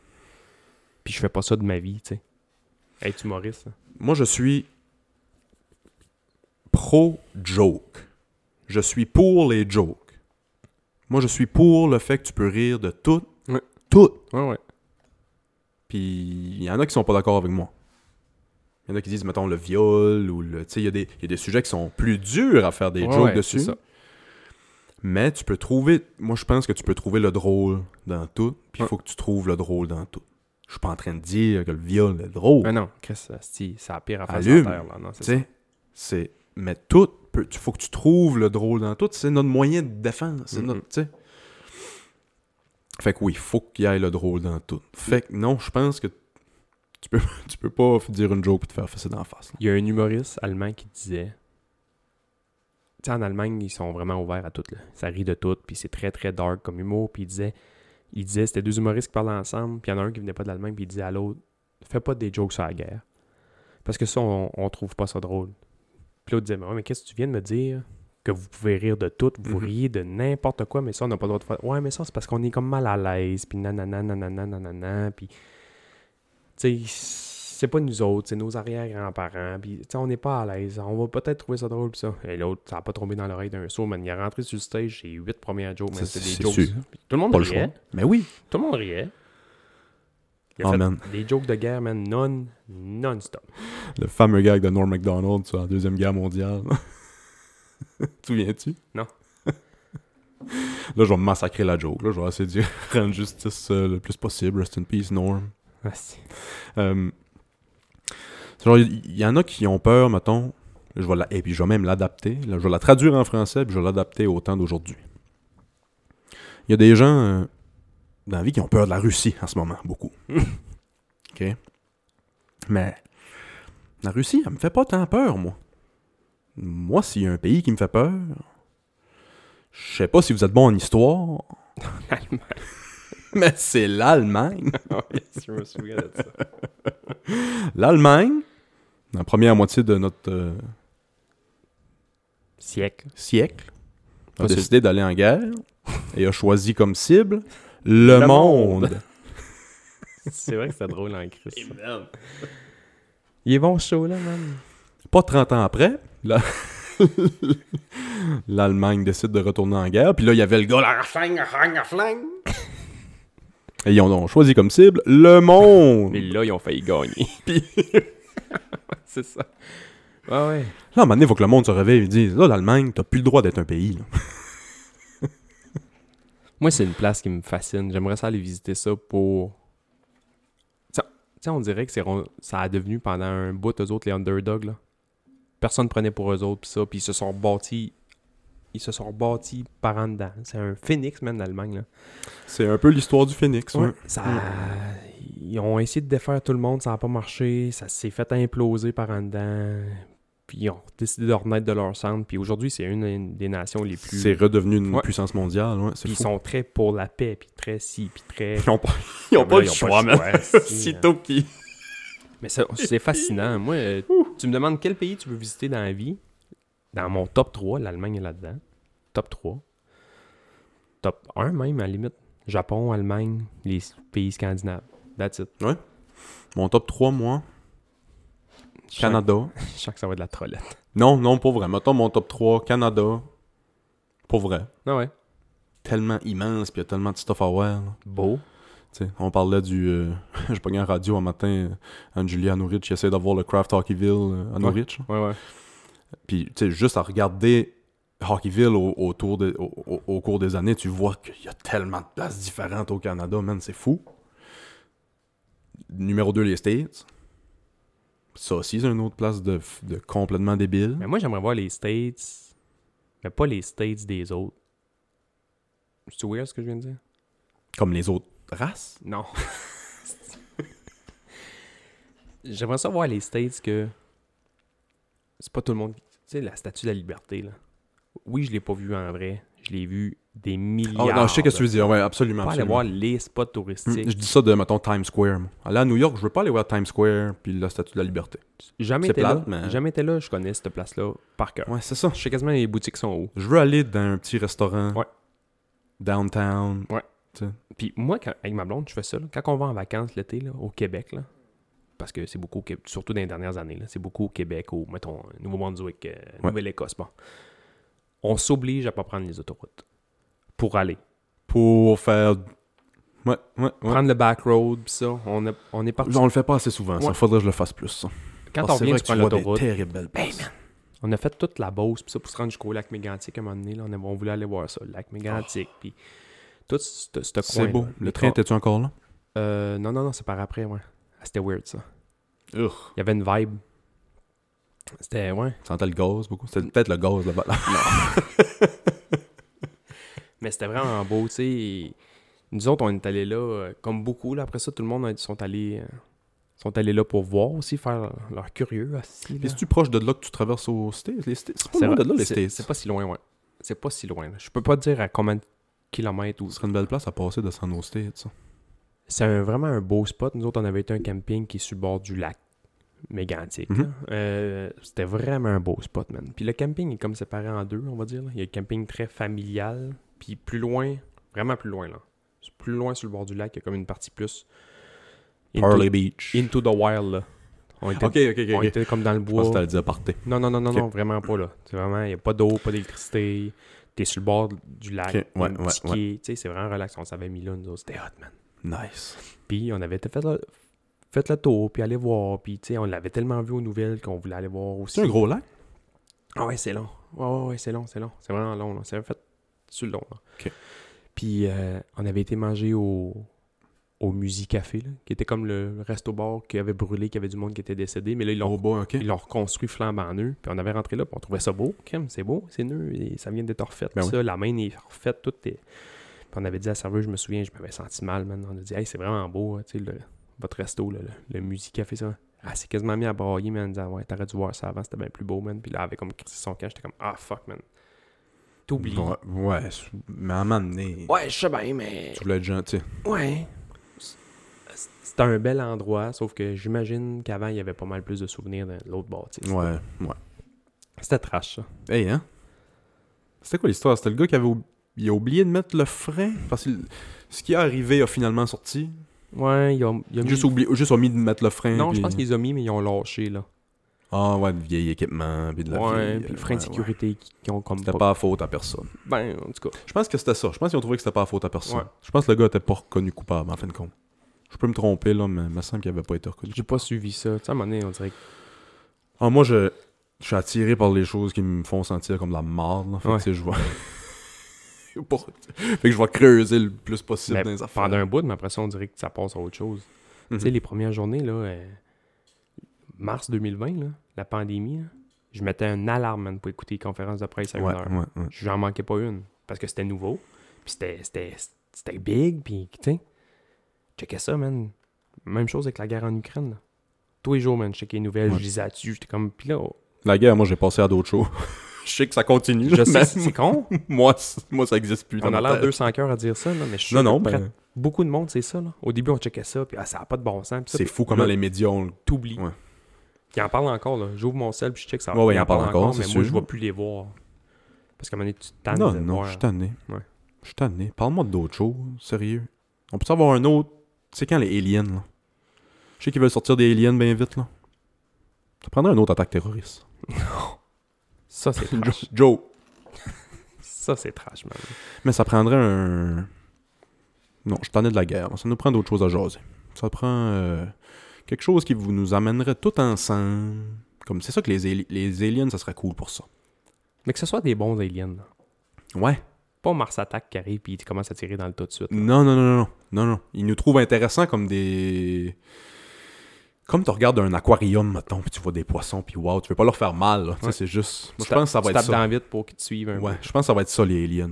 S2: Puis je fais pas ça de ma vie, tu sais. Hey, tu humoriste. hein.
S1: show. Moi, je suis pro-joke. Je suis pour les jokes. Moi, je suis pour le fait que tu peux rire de tout.
S2: Ouais.
S1: Tout.
S2: Ouais, ouais.
S1: Puis il y en a qui sont pas d'accord avec moi. Il y en a qui disent, mettons, le viol ou le. Tu sais, il y, a des- il y a des sujets qui sont plus durs à faire des
S2: Ouais,
S1: jokes
S2: ouais,
S1: dessus. Oh.
S2: c'est ça.
S1: Mais tu peux trouver. Moi, je pense que tu peux trouver le drôle dans tout. Puis il
S2: Ouais.
S1: faut que tu trouves le drôle dans tout. Je suis pas en train de dire que le viol est drôle.
S2: Mais Ah non, Chris, asti, c'est la pire affaire sur la
S1: Allume.
S2: terre, là. Non, c'est
S1: Tu
S2: ça.
S1: sais, c'est. Mais tout. peut- tu- faut que tu trouves le drôle dans tout. C'est notre moyen de défendre. C'est
S2: Mhm.
S1: notre. Tu sais. Fait que oui, faut qu'il y ait le drôle dans tout. Fait que non, je pense que tu peux, tu peux pas dire une joke et te faire fesser d'en face. là.
S2: Il y a un humoriste allemand qui disait. Tu sais, en Allemagne, ils sont vraiment ouverts à tout. Là. Ça rit de tout, puis c'est très, très dark comme humour. Puis il disait, il disait c'était deux humoristes qui parlaient ensemble, puis il y en a un qui venait pas de l'Allemagne, puis il disait à l'autre Fais pas des jokes sur la guerre. Parce que ça, on, on trouve pas ça drôle. Puis l'autre disait Mais, ouais, mais qu'est-ce que tu viens de me dire Que vous pouvez rire de tout, vous
S1: Mhm.
S2: riez de n'importe quoi, mais ça, on n'a pas le droit de faire. Ouais, mais ça, c'est parce qu'on est comme mal à l'aise, puis nanana, nanana, nanana, puis tu sais, c'est pas nous autres, c'est nos arrière-grands-parents, puis tu sais, on n'est pas à l'aise, on va peut-être trouver ça drôle, pis ça. Et l'autre, ça a pas tombé dans l'oreille d'un saut, man. Il est rentré sur le stage, j'ai huit premières jokes, mais
S1: Ça,
S2: c'est
S1: c'est-
S2: des
S1: c'est
S2: jokes.
S1: sûr.
S2: Puis Tout le monde
S1: Pas le
S2: riait,
S1: choix. Mais oui.
S2: tout le monde riait. Il a
S1: Oh,
S2: fait
S1: man.
S2: des jokes de guerre, man, non, non-stop.
S1: Le fameux gag de Norm MacDonald sur la Deuxième Guerre mondiale. tu te souviens-tu?
S2: Non.
S1: Là, je vais massacrer la joke. Là, je vais essayer de dire- rendre justice euh, le plus possible. Rest in peace, Norm.
S2: Ah, c'est-
S1: Euh, c'est genre, il il y, en a qui ont peur, mettons. Je vais la- et puis je vais même l'adapter. là, Je vais la traduire en français, puis je vais l'adapter au temps d'aujourd'hui. Il y a des gens euh, dans la vie qui ont peur de la Russie en ce moment, beaucoup. OK? Mais la Russie, elle me fait pas tant peur, moi. Moi, s'il y a un pays qui me fait peur, je sais pas si vous êtes bon en histoire, mais c'est l'Allemagne.
S2: Ouais, je me souviens de ça.
S1: L'Allemagne, dans la première moitié de notre euh,
S2: Siècle.
S1: siècle, a
S2: Pas sûr.
S1: décidé d'aller en guerre et a choisi comme cible le,
S2: Le
S1: monde.
S2: monde. C'est vrai que c'est drôle en Christ. Il est bon ce show, là, man.
S1: Pas 30 ans après, la- l'Allemagne décide de retourner en guerre. Puis là, il y avait le gars là. Et ils ont, donc choisi comme cible le monde.
S2: Mais
S1: Là,
S2: là, ils ont failli gagner. Puis- c'est ça. Ouais, ouais.
S1: à un moment donné, il faut que le monde se réveille et dise Là, l'Allemagne, t'as plus le droit d'être un pays. là.
S2: Moi, c'est une place qui me fascine. J'aimerais ça aller visiter ça pour. Tu sais- tu sais, on dirait que c'est ron- ça a devenu pendant un bout, eux autres, les underdogs, là. Personne prenait pour eux autres, pis ça, puis ils se sont bâtis. Ils se sont bâtis par en dedans. C'est un phénix, même, l'Allemagne, là.
S1: C'est un peu l'histoire du phénix. ouais.
S2: Ça... Ils ont essayé de défaire tout le monde, ça n'a pas marché, ça s'est fait imploser par en dedans. Puis ils ont décidé de renaître de leur centre. Puis aujourd'hui, c'est une des nations les plus.
S1: C'est redevenu une
S2: Ouais.
S1: puissance mondiale. ouais, c'est
S2: Puis ils
S1: fou.
S2: sont très pour la paix, puis très ci, puis très.
S1: Ils ont pas,
S2: Ah, ils ont pas le choix, man. Sitôt
S1: qu'ils.
S2: Mais ça- c'est fascinant. Moi, euh, tu me demandes quel pays tu veux visiter dans la vie. Dans mon top 3, l'Allemagne est là-dedans. Top 3. Top 1 même, à la limite. Japon, Allemagne, les pays scandinaves. That's it.
S1: Mon top 3, moi.
S2: Je sens-
S1: Canada.
S2: Je sens que ça va être de la trollette.
S1: Non, non, pour vrai. Mettons mon top 3, Canada. Pour vrai.
S2: Ah ouais.
S1: Tellement immense, puis il y a tellement de stuff à voir. là.
S2: Beau.
S1: Tu sais, on parlait du. euh, J'ai pogné en radio un matin, euh, Anne-Julie à Norwich, j'essaie d'avoir le Craft Hockeyville euh, à Norwich. là.
S2: Ouais, ouais.
S1: Puis, tu sais, juste à regarder Hockeyville au, autour de- au- au- au cours des années, tu vois qu'il y a tellement de places différentes au Canada, man, c'est fou. Numéro 2, les States. Ça aussi, c'est une autre place de, f- de complètement débile.
S2: Mais moi, j'aimerais voir les States. Mais pas les States des autres. C'est weird ce que je viens de dire?
S1: Comme les autres races.
S2: Non. J'aimerais ça voir les States que. C'est pas tout le monde. Tu sais, la statue de la liberté, là. Oui, je l'ai pas vu en vrai. Je l'ai vu des milliards.
S1: Oh, non, je sais ce que tu
S2: de-
S1: veux dire. Ouais, absolument.
S2: Pas aller
S1: absolument.
S2: voir les spots
S1: Mm,
S2: touristiques.
S1: Je dis ça de, mettons, Times Square. moi. Aller à New York, je veux pas aller voir Times Square puis la Statue de la Liberté.
S2: Jamais
S1: c'est
S2: été là.
S1: plate, mais-
S2: Jamais été là. Je connais cette place-là par cœur.
S1: Ouais, c'est ça.
S2: Je sais quasiment les boutiques sont où.
S1: Je veux aller dans un petit restaurant.
S2: Ouais.
S1: Downtown.
S2: Puis moi, quand- avec ma blonde, je fais ça. là. Quand on va en vacances l'été, là, au Québec, là, parce que c'est beaucoup, au Québec, surtout dans les dernières années, là, c'est beaucoup au Québec, au, mettons, Nouveau-Brunswick, euh,
S1: Ouais.
S2: Nouvelle-Écosse, bon. On s'oblige à pas prendre les autoroutes pour aller.
S1: Pour faire. Ouais, ouais, ouais.
S2: Prendre le back road, pis ça, on, a- on est parti.
S1: On le fait pas assez souvent, ça.
S2: Ouais.
S1: Faudrait que je le fasse plus, ça. Parce
S2: Quand on
S1: que ah, c'est
S2: vient,
S1: vrai
S2: tu
S1: que
S2: prends
S1: tu vois des
S2: l'autoroute.
S1: terribles belles
S2: Hey,
S1: places.
S2: On a fait toute la Beauce, puis ça, pour se rendre jusqu'au lac Mégantic, à un moment donné, là, on, a- on voulait aller voir ça, le lac Mégantic, puis tout ce ce- ce coin
S1: Oh. C'est beau. Le train, était tu encore là?
S2: Euh, non, non, non, c'est par après, ouais. Ah, C'était weird, ça. Il y avait une vibe. C'était, ouais.
S1: Tu sentais le gaz beaucoup? C'était peut-être le gaz là-bas.
S2: Mais c'était vraiment beau, tu sais. Nous autres, on est allés là, euh, comme beaucoup, là. Après ça, tout le monde a- sont allés, euh, sont allés là pour voir aussi, faire leur curieux. aussi, là.
S1: Puis tu proche de là que tu traverses aux States? Les States? C'est pas
S2: C'est
S1: loin de
S2: vrai-
S1: là, les
S2: c'est-
S1: States.
S2: C'est pas si loin, ouais. C'est pas si loin. là. Je peux pas te dire à combien de kilomètres ou...
S1: Ce serait une belle place à passer de s'en aux States, ça.
S2: C'est un- vraiment un beau spot. Nous autres, on avait été un camping qui est sur le bord du lac mégantique. là.
S1: Mhm.
S2: Euh, C'était vraiment un beau spot, man. Puis le camping est comme séparé en deux, on va dire. là. Il y a le camping très familial. Puis plus loin, vraiment plus loin, là. Plus loin sur le bord du lac, il y a comme une partie plus... into-
S1: Harley Beach.
S2: Into the Wild, là. On était,
S1: Ok, ok, ok.
S2: on
S1: ok.
S2: était comme dans le
S1: Je pense
S2: bois.
S1: que t'allais dire partez.
S2: Non, non, non, non,
S1: Ok.
S2: non, vraiment pas, là. C'est vraiment, il n'y a pas d'eau, pas d'électricité. T'es sur le bord du lac.
S1: Ok, ouais,
S2: il y a un
S1: ouais,
S2: petit
S1: ouais.
S2: quai. Tu sais, c'est vraiment relax. On s'avait mis là, nous autres. C'était hot, man.
S1: Nice.
S2: Puis on avait été fait, le- fait le tour, puis aller voir. Puis, tu sais, on l'avait tellement vu aux nouvelles qu'on voulait aller voir aussi.
S1: C'est un gros lac?
S2: Ah ouais, c'est long. Ouais, ouais, ouais, c'est long, c'est long. C'est vraiment long, là. C'est fait sur le long, là.
S1: Ok.
S2: Puis, euh, on avait été manger au, au Musicafé, là, qui était comme le resto-bar qui avait brûlé, qui avait du monde qui était décédé. Mais là, ils l'ont
S1: Oh boy, ok.
S2: ils l'ont reconstruit flambant neuf. Puis on avait rentré là, puis on trouvait ça beau. Crème, c'est beau, c'est neuf, et ça vient d'être refait.
S1: Ben
S2: tout ça, La main est refaite, tout est. Puis on avait dit à la serveuse, je me souviens, je m'avais senti mal, man. On a dit, hey, c'est vraiment beau, hein, tu sais, le- votre resto, là, le, le Music Café, ça. Ah, c'est quasiment mis à brailler, man. En disant, ouais, t'aurais dû voir ça avant, c'était bien plus beau, man. Puis là, elle avait comme crissé son camp, j'étais comme, ah, fuck, man. T'oublies.
S1: Ouais, ouais, c'est- mais à m'amener.
S2: Ouais, je sais bien, mais.
S1: Tu voulais être gentil.
S2: Ouais. C'était un bel endroit, sauf que j'imagine qu'avant, il y avait pas mal plus de souvenirs de l'autre bâtisse.
S1: Ouais, ouais.
S2: C'était trash, ça.
S1: Hey, hein? C'était quoi l'histoire? C'était le gars qui avait oub- il a oublié de mettre le frein? Parce que ce qui est arrivé a finalement sorti.
S2: Ouais, ils ont, ils ont
S1: Juste,
S2: mis...
S1: oublié, juste omis de mettre le frein.
S2: Non, je
S1: puis-
S2: pense qu'ils les ont mis, mais ils ont lâché, là.
S1: Ah ouais, le vieil équipement, puis de la
S2: ouais,
S1: vieille,
S2: puis
S1: euh,
S2: le frein de
S1: ouais, ouais.
S2: sécurité qui- qui ont comme
S1: C'était pas à faute à personne.
S2: Ben, en tout cas.
S1: Je pense que c'était ça. Je pense qu'ils ont trouvé que c'était pas à faute à personne.
S2: Ouais.
S1: Je pense que le gars était pas reconnu coupable, en fin de compte. Je peux me tromper, là, mais il me semble qu'il avait pas été reconnu.
S2: J'ai pas suivi ça. Tu sais, à un moment donné, on dirait que...
S1: Ah, moi, je, je suis attiré par les choses qui me font sentir comme la marde. Là. Fait que,
S2: Ouais.
S1: tu sais, je vais- Pour- fait que je vais creuser le plus possible
S2: Ben,
S1: dans les affaires.
S2: pendant un bout, mais après ça, on dirait que ça passe à autre chose.
S1: Mhm.
S2: Tu sais, les premières journées, là, euh, mars 2020, là, la pandémie, là, je mettais un alarme, man, pour écouter les conférences de presse à une
S1: Ouais,
S2: heure.
S1: ouais, ouais.
S2: J'en manquais pas une, parce que c'était nouveau, puis c'était- c'était c'était big, puis, tu sais, checkais ça, man. Même chose avec la guerre en Ukraine, là. Tous les jours, man, je checkais les nouvelles,
S1: Ouais.
S2: je lisais dessus, j'étais comme, puis là, oh,
S1: La guerre, moi, j'ai passé à d'autres choses. je sais que ça continue.
S2: Je sais,
S1: mais
S2: c'est con.
S1: moi, c- moi, ça existe plus. dans
S2: On
S1: ma
S2: a l'air
S1: tête.
S2: 200 cœurs à dire ça, là, mais je suis
S1: Non, non,
S2: sûr que
S1: ben,
S2: beaucoup de monde, c'est ça. Là. Au début, on checkait ça, puis ah, ça n'a pas de bon sens. puis ça,
S1: c'est
S2: puis
S1: fou comment
S2: là,
S1: les médias ont.
S2: T'oublies.
S1: Ouais.
S2: Ils en parlent encore, là. J'ouvre mon sel, puis je check ça.
S1: Ouais, ouais,
S2: Ils en parlent encore,
S1: c'est
S2: mais moi,
S1: sûr.
S2: je ne vais plus les voir. Parce qu'à un moment donné, tu te tannes
S1: Non,
S2: de
S1: non,
S2: voir.
S1: je suis tanné.
S2: Ouais.
S1: Je suis tanné. Parle-moi d'autres choses, sérieux. On peut savoir un autre. C'est quand les aliens, là Je sais qu'ils veulent sortir des aliens bien vite, là. Ça prendrait une autre attaque terroriste.
S2: Ça, c'est trash.
S1: Joe. Joe.
S2: ça, c'est trash, man.
S1: Mais ça prendrait un. Non, je t'en ai de la guerre. Ça nous prend d'autres choses à jaser. Ça prend euh, quelque chose qui vous nous amènerait tout ensemble. Comme c'est ça que les, ali- les aliens, ça serait cool pour ça.
S2: Mais que ce soit des bons aliens, là.
S1: Ouais.
S2: Pas Mars Attack qui arrive, puis tu commences à tirer dans le tas de suite.
S1: Non, non, non, non, non, non, non. Ils nous trouvent intéressants comme des. Comme tu regardes un aquarium, mettons, puis tu vois des poissons, puis wow, tu veux pas leur faire mal, là. Tu sais,
S2: Ouais.
S1: C'est juste. Moi,
S2: Tu
S1: je pense que ça
S2: tapes-
S1: va être
S2: Tu tapes
S1: ça.
S2: dans vite pour qu'ils te suivent un peu.
S1: Ouais, je pense que ça va être ça, les aliens.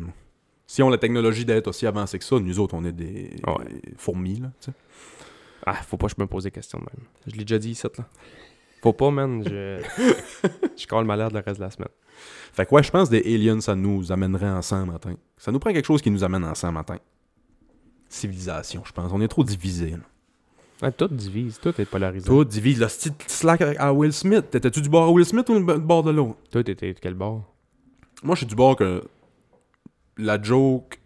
S1: Si on a la technologie d'être aussi avancée que ça, nous autres, on est des
S2: Ouais.
S1: des fourmis, là, tu sais.
S2: Ah, faut pas que je me pose des questions de même. Je l'ai déjà dit ici, là. Faut pas, man. Je, je colle malade le reste de la semaine.
S1: Fait que ouais, je pense que des aliens, ça nous amènerait ensemble matin. Ça nous prend quelque chose qui nous amène ensemble matin. Civilisation, je pense. On est trop divisés. là.
S2: Ouais, tout divise, tout est polarisé. Tout,
S1: Toi, divise le style slack à Will Smith. T'étais-tu du bord à Will Smith ou le b- bord de l'autre?
S2: était de quel bord
S1: Moi, je suis du bord que la joke,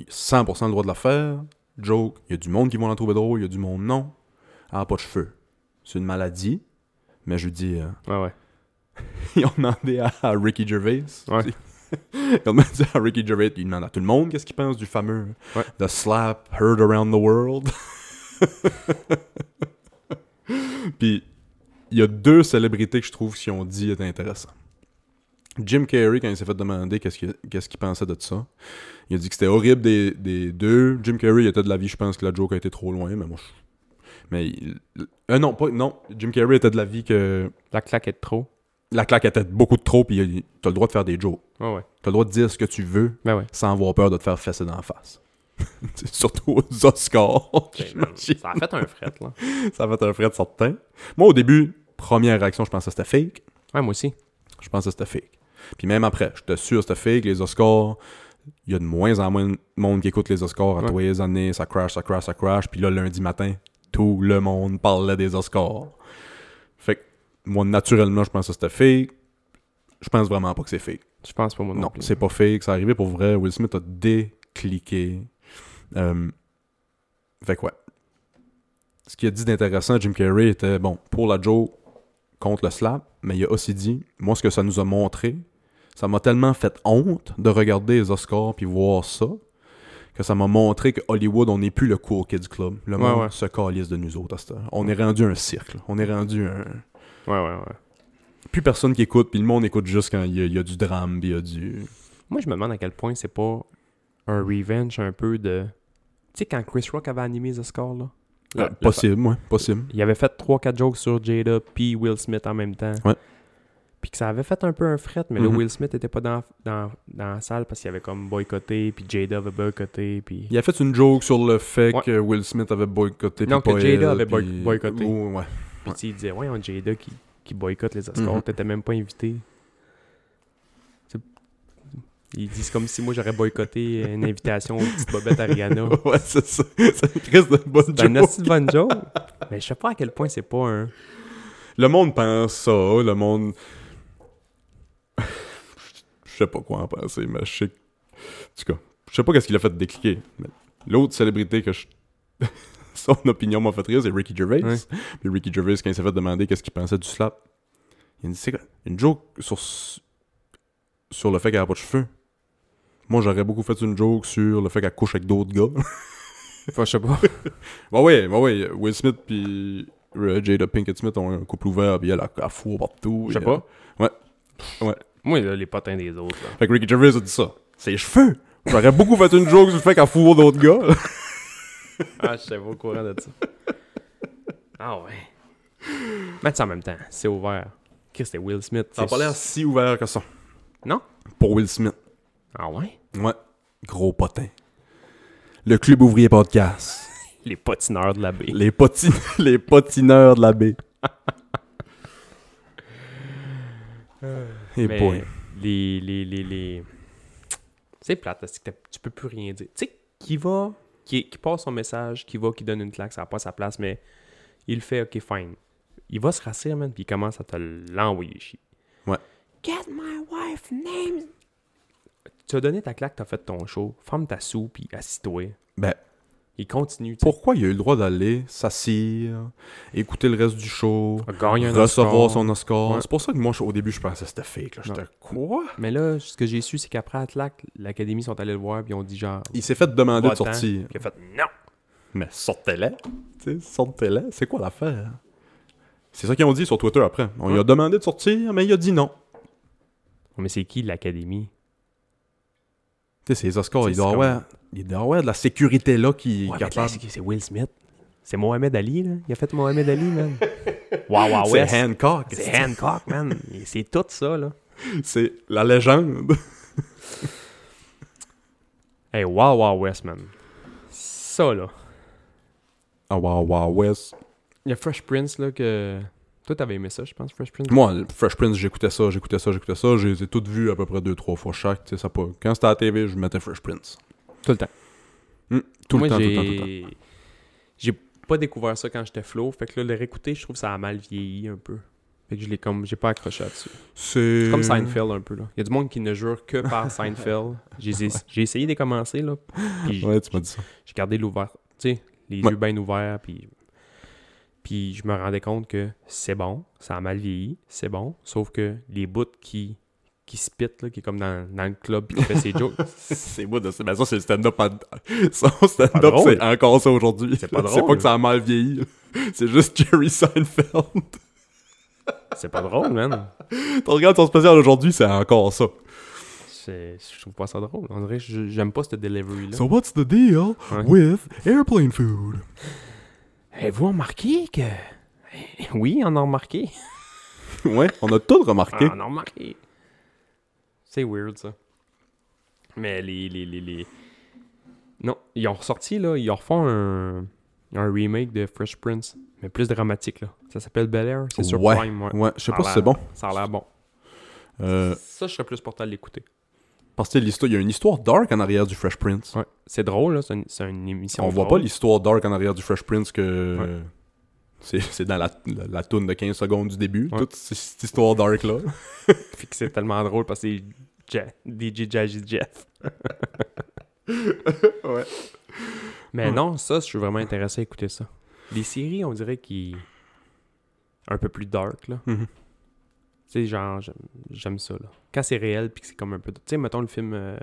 S1: 100% le droit de la faire. Joke, il y a du monde qui vont la trouver drôle, il y a du monde non. Ah, pas de cheveux. C'est une maladie. Mais je dis, euh,
S2: Ouais, ouais.
S1: ils ont demandé à, à Ricky Gervais.
S2: Ouais.
S1: Ils ont demandé à Ricky Gervais, ils demandent à tout le monde qu'est-ce qu'il pense du fameux
S2: Ouais.
S1: The Slap Heard Around the World. Puis, il y a deux célébrités que je trouve qui ont dit est intéressant. Jim Carrey, quand il s'est fait demander qu'est-ce qu'il qu'est-ce qu'il pensait de tout ça, il a dit que c'était horrible des, des deux. Jim Carrey il était de la vie, je pense que la joke a été trop loin, mais moi, je... Mais... il- euh, non, pas... Non, Jim Carrey était de la vie que
S2: La claque est de trop.
S1: la claque était beaucoup de trop, puis t'as le droit de faire des jokes.
S2: Ouais, ouais.
S1: T'as le droit de dire ce que tu veux
S2: Ben ouais.
S1: sans avoir peur de te faire fesser dans la face. C'est Surtout aux Oscars. j'imagine.
S2: Ben, ça a fait un fret, là.
S1: ça va être un fret certain. Moi, au début, première réaction, je pensais que c'était fake.
S2: Ouais, moi aussi.
S1: Je pensais que c'était fake. Puis même après, j'étais sûr que c'était fake. Les Oscars, il y a de moins en moins de monde qui écoute les Oscars à
S2: Ouais.
S1: tous les années. Ça crash, ça crash, ça crash. Puis là, lundi matin, tout le monde parlait des Oscars. Fait que moi, naturellement, je pensais que c'était fake. Je pense vraiment pas que c'est fake.
S2: Je pense pas, moi non,
S1: Non,
S2: plus.
S1: c'est pas fake, c'est arrivé pour vrai. Will Smith a décliqué. Euh, fait quoi? Ce qu'il a dit d'intéressant, Jim Carrey était bon pour la Joe contre le slap, mais il a aussi dit Moi, ce que ça nous a montré, ça m'a tellement fait honte de regarder les Oscars puis voir ça, que ça m'a montré que Hollywood, on n'est plus le cool kids club. Le
S2: Ouais,
S1: monde
S2: ouais.
S1: se calisse de nous autres à cette heure. On est rendu un cirque, là. on est rendu un.
S2: Ouais, ouais, ouais.
S1: Plus personne qui écoute, puis le monde écoute juste quand il y a- il y a du drame, puis il y a du.
S2: Moi, je me demande à quel point c'est pas un revenge un peu de. Tu sais, quand Chris Rock avait animé The Score, là.
S1: Ah,
S2: Le- le fa-
S1: possible, ouais, possible.
S2: Il avait fait 3-4 jokes sur Jada puis Will Smith en même temps.
S1: Ouais.
S2: Puis que ça avait fait un peu un fret, mais
S1: Mhm.
S2: là, Will Smith était pas dans, dans, dans la salle parce qu'il avait comme boycotté, puis Jada avait boycotté, puis...
S1: Il a fait une joke sur le fait
S2: Ouais.
S1: que Will Smith avait boycotté.
S2: Non,
S1: puis
S2: que
S1: pas
S2: Jada
S1: elle,
S2: avait
S1: puis-
S2: boy- boycotté.
S1: Ou- ouais.
S2: Puis tu sais, il disait, ouais, on Jada qui, qui boycotte les Oscars,
S1: Mhm.
S2: t'étais même pas invité. C'est- Ils disent comme si moi j'aurais boycotté une invitation aux petites bobettes Ariana. Ben,
S1: ouais, c'est ça. C'est une crise de bonne
S2: C'est un
S1: joke.
S2: assez bonne joke. Mais je sais pas à quel point c'est pas un.
S1: Le monde pense ça, le monde... je sais pas quoi en penser, mais je sais... En tout cas, je sais pas qu'est-ce qu'il a fait décliquer. mais L'autre célébrité que je... Son opinion m'a fait rire, c'est Ricky Gervais.
S2: Ouais.
S1: Puis Ricky Gervais, quand il s'est fait demander qu'est-ce qu'il pensait du slap, il a dit, c'est quoi? Une joke sur, s- sur le fait qu'elle a pas de cheveux. Moi, j'aurais beaucoup fait une joke sur le fait qu'elle couche avec d'autres gars.
S2: Enfin, je sais pas.
S1: Ouais, ouais, ouais, ouais. Will Smith puis euh, Jada Pinkett Smith ont un couple ouvert, puis elle a la four partout.
S2: Je sais
S1: et,
S2: pas.
S1: Ouais. Ouais.
S2: Moi, là, les potins des autres, là.
S1: euh, Fait que Ricky Gervais a dit ça. C'est les cheveux. J'aurais beaucoup fait une joke sur le fait qu'elle fourre d'autres gars.
S2: Ah, je savais pas au courant de ça. Ah ouais. Mais tu sais, en même temps, c'est ouvert. Chris, c'est Will Smith.
S1: Ça a
S2: c'est-
S1: pas l'air si ouvert que ça.
S2: Non?
S1: Pour Will Smith.
S2: Ah ouais?
S1: Ouais. Gros potin. Le Club Ouvrier Podcast.
S2: Les patineurs de la baie.
S1: Les, poti- les patineurs de la baie. Et
S2: Euh, Mais
S1: boy.
S2: Les, les, les, les... C'est plate, parce que t'as- tu peux plus rien dire. Tu sais, qui va, qui, qui passe son message, qui va, qui donne une claque, ça n'a pas sa place, mais il le fait, ok, fine. Il va se rassurer, man, puis il commence à te l'envoyer chier.
S1: Ouais.
S2: Get my wife name. Tu as donné ta claque, t'as fait ton show. Ferme ta soupe, puis assis-toi.
S1: Ben,
S2: Il continue. tu sais.
S1: pourquoi il a eu le droit d'aller s'assire, écouter le reste du show,
S2: A gagné un
S1: recevoir
S2: Oscar.
S1: son Oscar.
S2: Ouais.
S1: C'est pour ça que moi, je- au début, je pensais que c'était fake. là. J'étais quoi?
S2: Mais là, ce que j'ai su, c'est qu'après la claque, l'Académie sont allés le voir, puis ils ont dit genre.
S1: Il s'est fait demander de
S2: Va-t'en.
S1: sortir.
S2: Puis il a fait non.
S1: Mais sortez-les. Tu sais, sortez-les. C'est quoi l'affaire? C'est ça qu'ils ont dit sur Twitter après. On lui a demandé de sortir, mais il a dit non.
S2: Oh, Mais c'est qui l'Académie?
S1: Tu sais, c'est les Oscars.
S2: C'est
S1: Il doit y
S2: comme-
S1: avoir il doit y avoir de la sécurité là qui est
S2: Ouais, mais là,
S1: capable.
S2: c'est c'est Will Smith. C'est Mohamed Ali, là. Il a fait Mohamed Ali, man. Wow, wow,
S1: C'est
S2: West.
S1: Hancock.
S2: Ah C'est Hancock, man. Et C'est tout ça, là.
S1: C'est la légende.
S2: Hey, wow, wow, West, man. Ça, là.
S1: Ah, wow, wow, West.
S2: Il y a Fresh Prince, là, que. Toi, t'avais aimé ça, je pense, Fresh Prince.
S1: Moi, le Fresh Prince, j'écoutais ça, j'écoutais ça, j'écoutais ça. Je les ai toutes vues à peu près deux, trois fois chaque. tu sais, Ça pas... Quand c'était à la TV, je mettais Fresh Prince.
S2: Tout le temps.
S1: Hmm, Tout
S2: Moi,
S1: le temps, tout le temps, tout
S2: j'ai-
S1: le temps.
S2: J'ai pas découvert ça quand j'étais flow. Fait que là, le réécouter, je trouve que ça a mal vieilli un peu. Fait que je l'ai comme. J'ai pas accroché là-dessus.
S1: C'est.
S2: C'est comme Seinfeld un peu, là. Il y a du monde qui ne jure que par Seinfeld. J'ai j'ai essayé de commencer, là. Puis j'ai-
S1: Ouais, tu m'as dit ça.
S2: j'ai gardé l'ouvert. Tu sais, les
S1: Ouais.
S2: yeux bien ouverts, puis. Puis je me rendais compte que c'est bon, ça a mal vieilli, c'est bon, sauf que les bouts qui, qui spit, là, qui est comme dans, dans le club, puis qui fait ses jokes,
S1: C'est moi de ça. Mais ça, c'est le stand-up. à- Son
S2: Pas
S1: stand-up,
S2: drôle.
S1: c'est encore ça aujourd'hui.
S2: C'est pas
S1: Ah, C'est
S2: drôle.
S1: pas que ça a mal vieilli. C'est juste Jerry Seinfeld.
S2: c'est pas drôle, man.
S1: Tu regardes son spécial aujourd'hui, c'est encore ça.
S2: C'est- Je trouve pas ça drôle. On dirait que je- j'aime pas cette delivery-là.
S1: So what's the deal
S2: Ouais.
S1: with airplane food?
S2: Avez-vous remarqué que. Oui, on a remarqué.
S1: ouais, on a tout remarqué.
S2: Ah, on a remarqué. C'est weird, ça. Mais les, les, les, les- Non, ils ont ressorti, là, ils ont refait un, un remake de Fresh Prince, mais plus dramatique, là. Ça s'appelle Bel Air, c'est sur
S1: Ouais.
S2: Prime, ouais. Ah,
S1: Ouais, je sais
S2: Ça
S1: pas
S2: a
S1: si c'est
S2: l'air-
S1: bon.
S2: Ça a l'air bon.
S1: Euh,
S2: Ça, je serais plus porté à l'écouter.
S1: parce que l'histoire- il y a une histoire dark en arrière du Fresh Prince.
S2: Ouais. C'est drôle, là, c'est une, c'est une émission
S1: on voit pas
S2: drôle.
S1: l'histoire dark en arrière du Fresh Prince que c'est c'est dans la, la, la toune de 15 secondes du début.
S2: Ouais.
S1: Toute c- cette histoire dark là.
S2: Puis que c'est tellement drôle parce que c'est Ja- DJ Jazzy Jeff.
S1: Ouais. Hmm.
S2: Mais non, ça, je suis vraiment intéressé à écouter ça. Les séries, on dirait qu'ils. un peu plus dark, là.
S1: Mhm.
S2: Tu sais, genre, j'aime- j'aime ça, là. Quand c'est réel, puis que c'est comme un peu. Tu sais, mettons le film euh,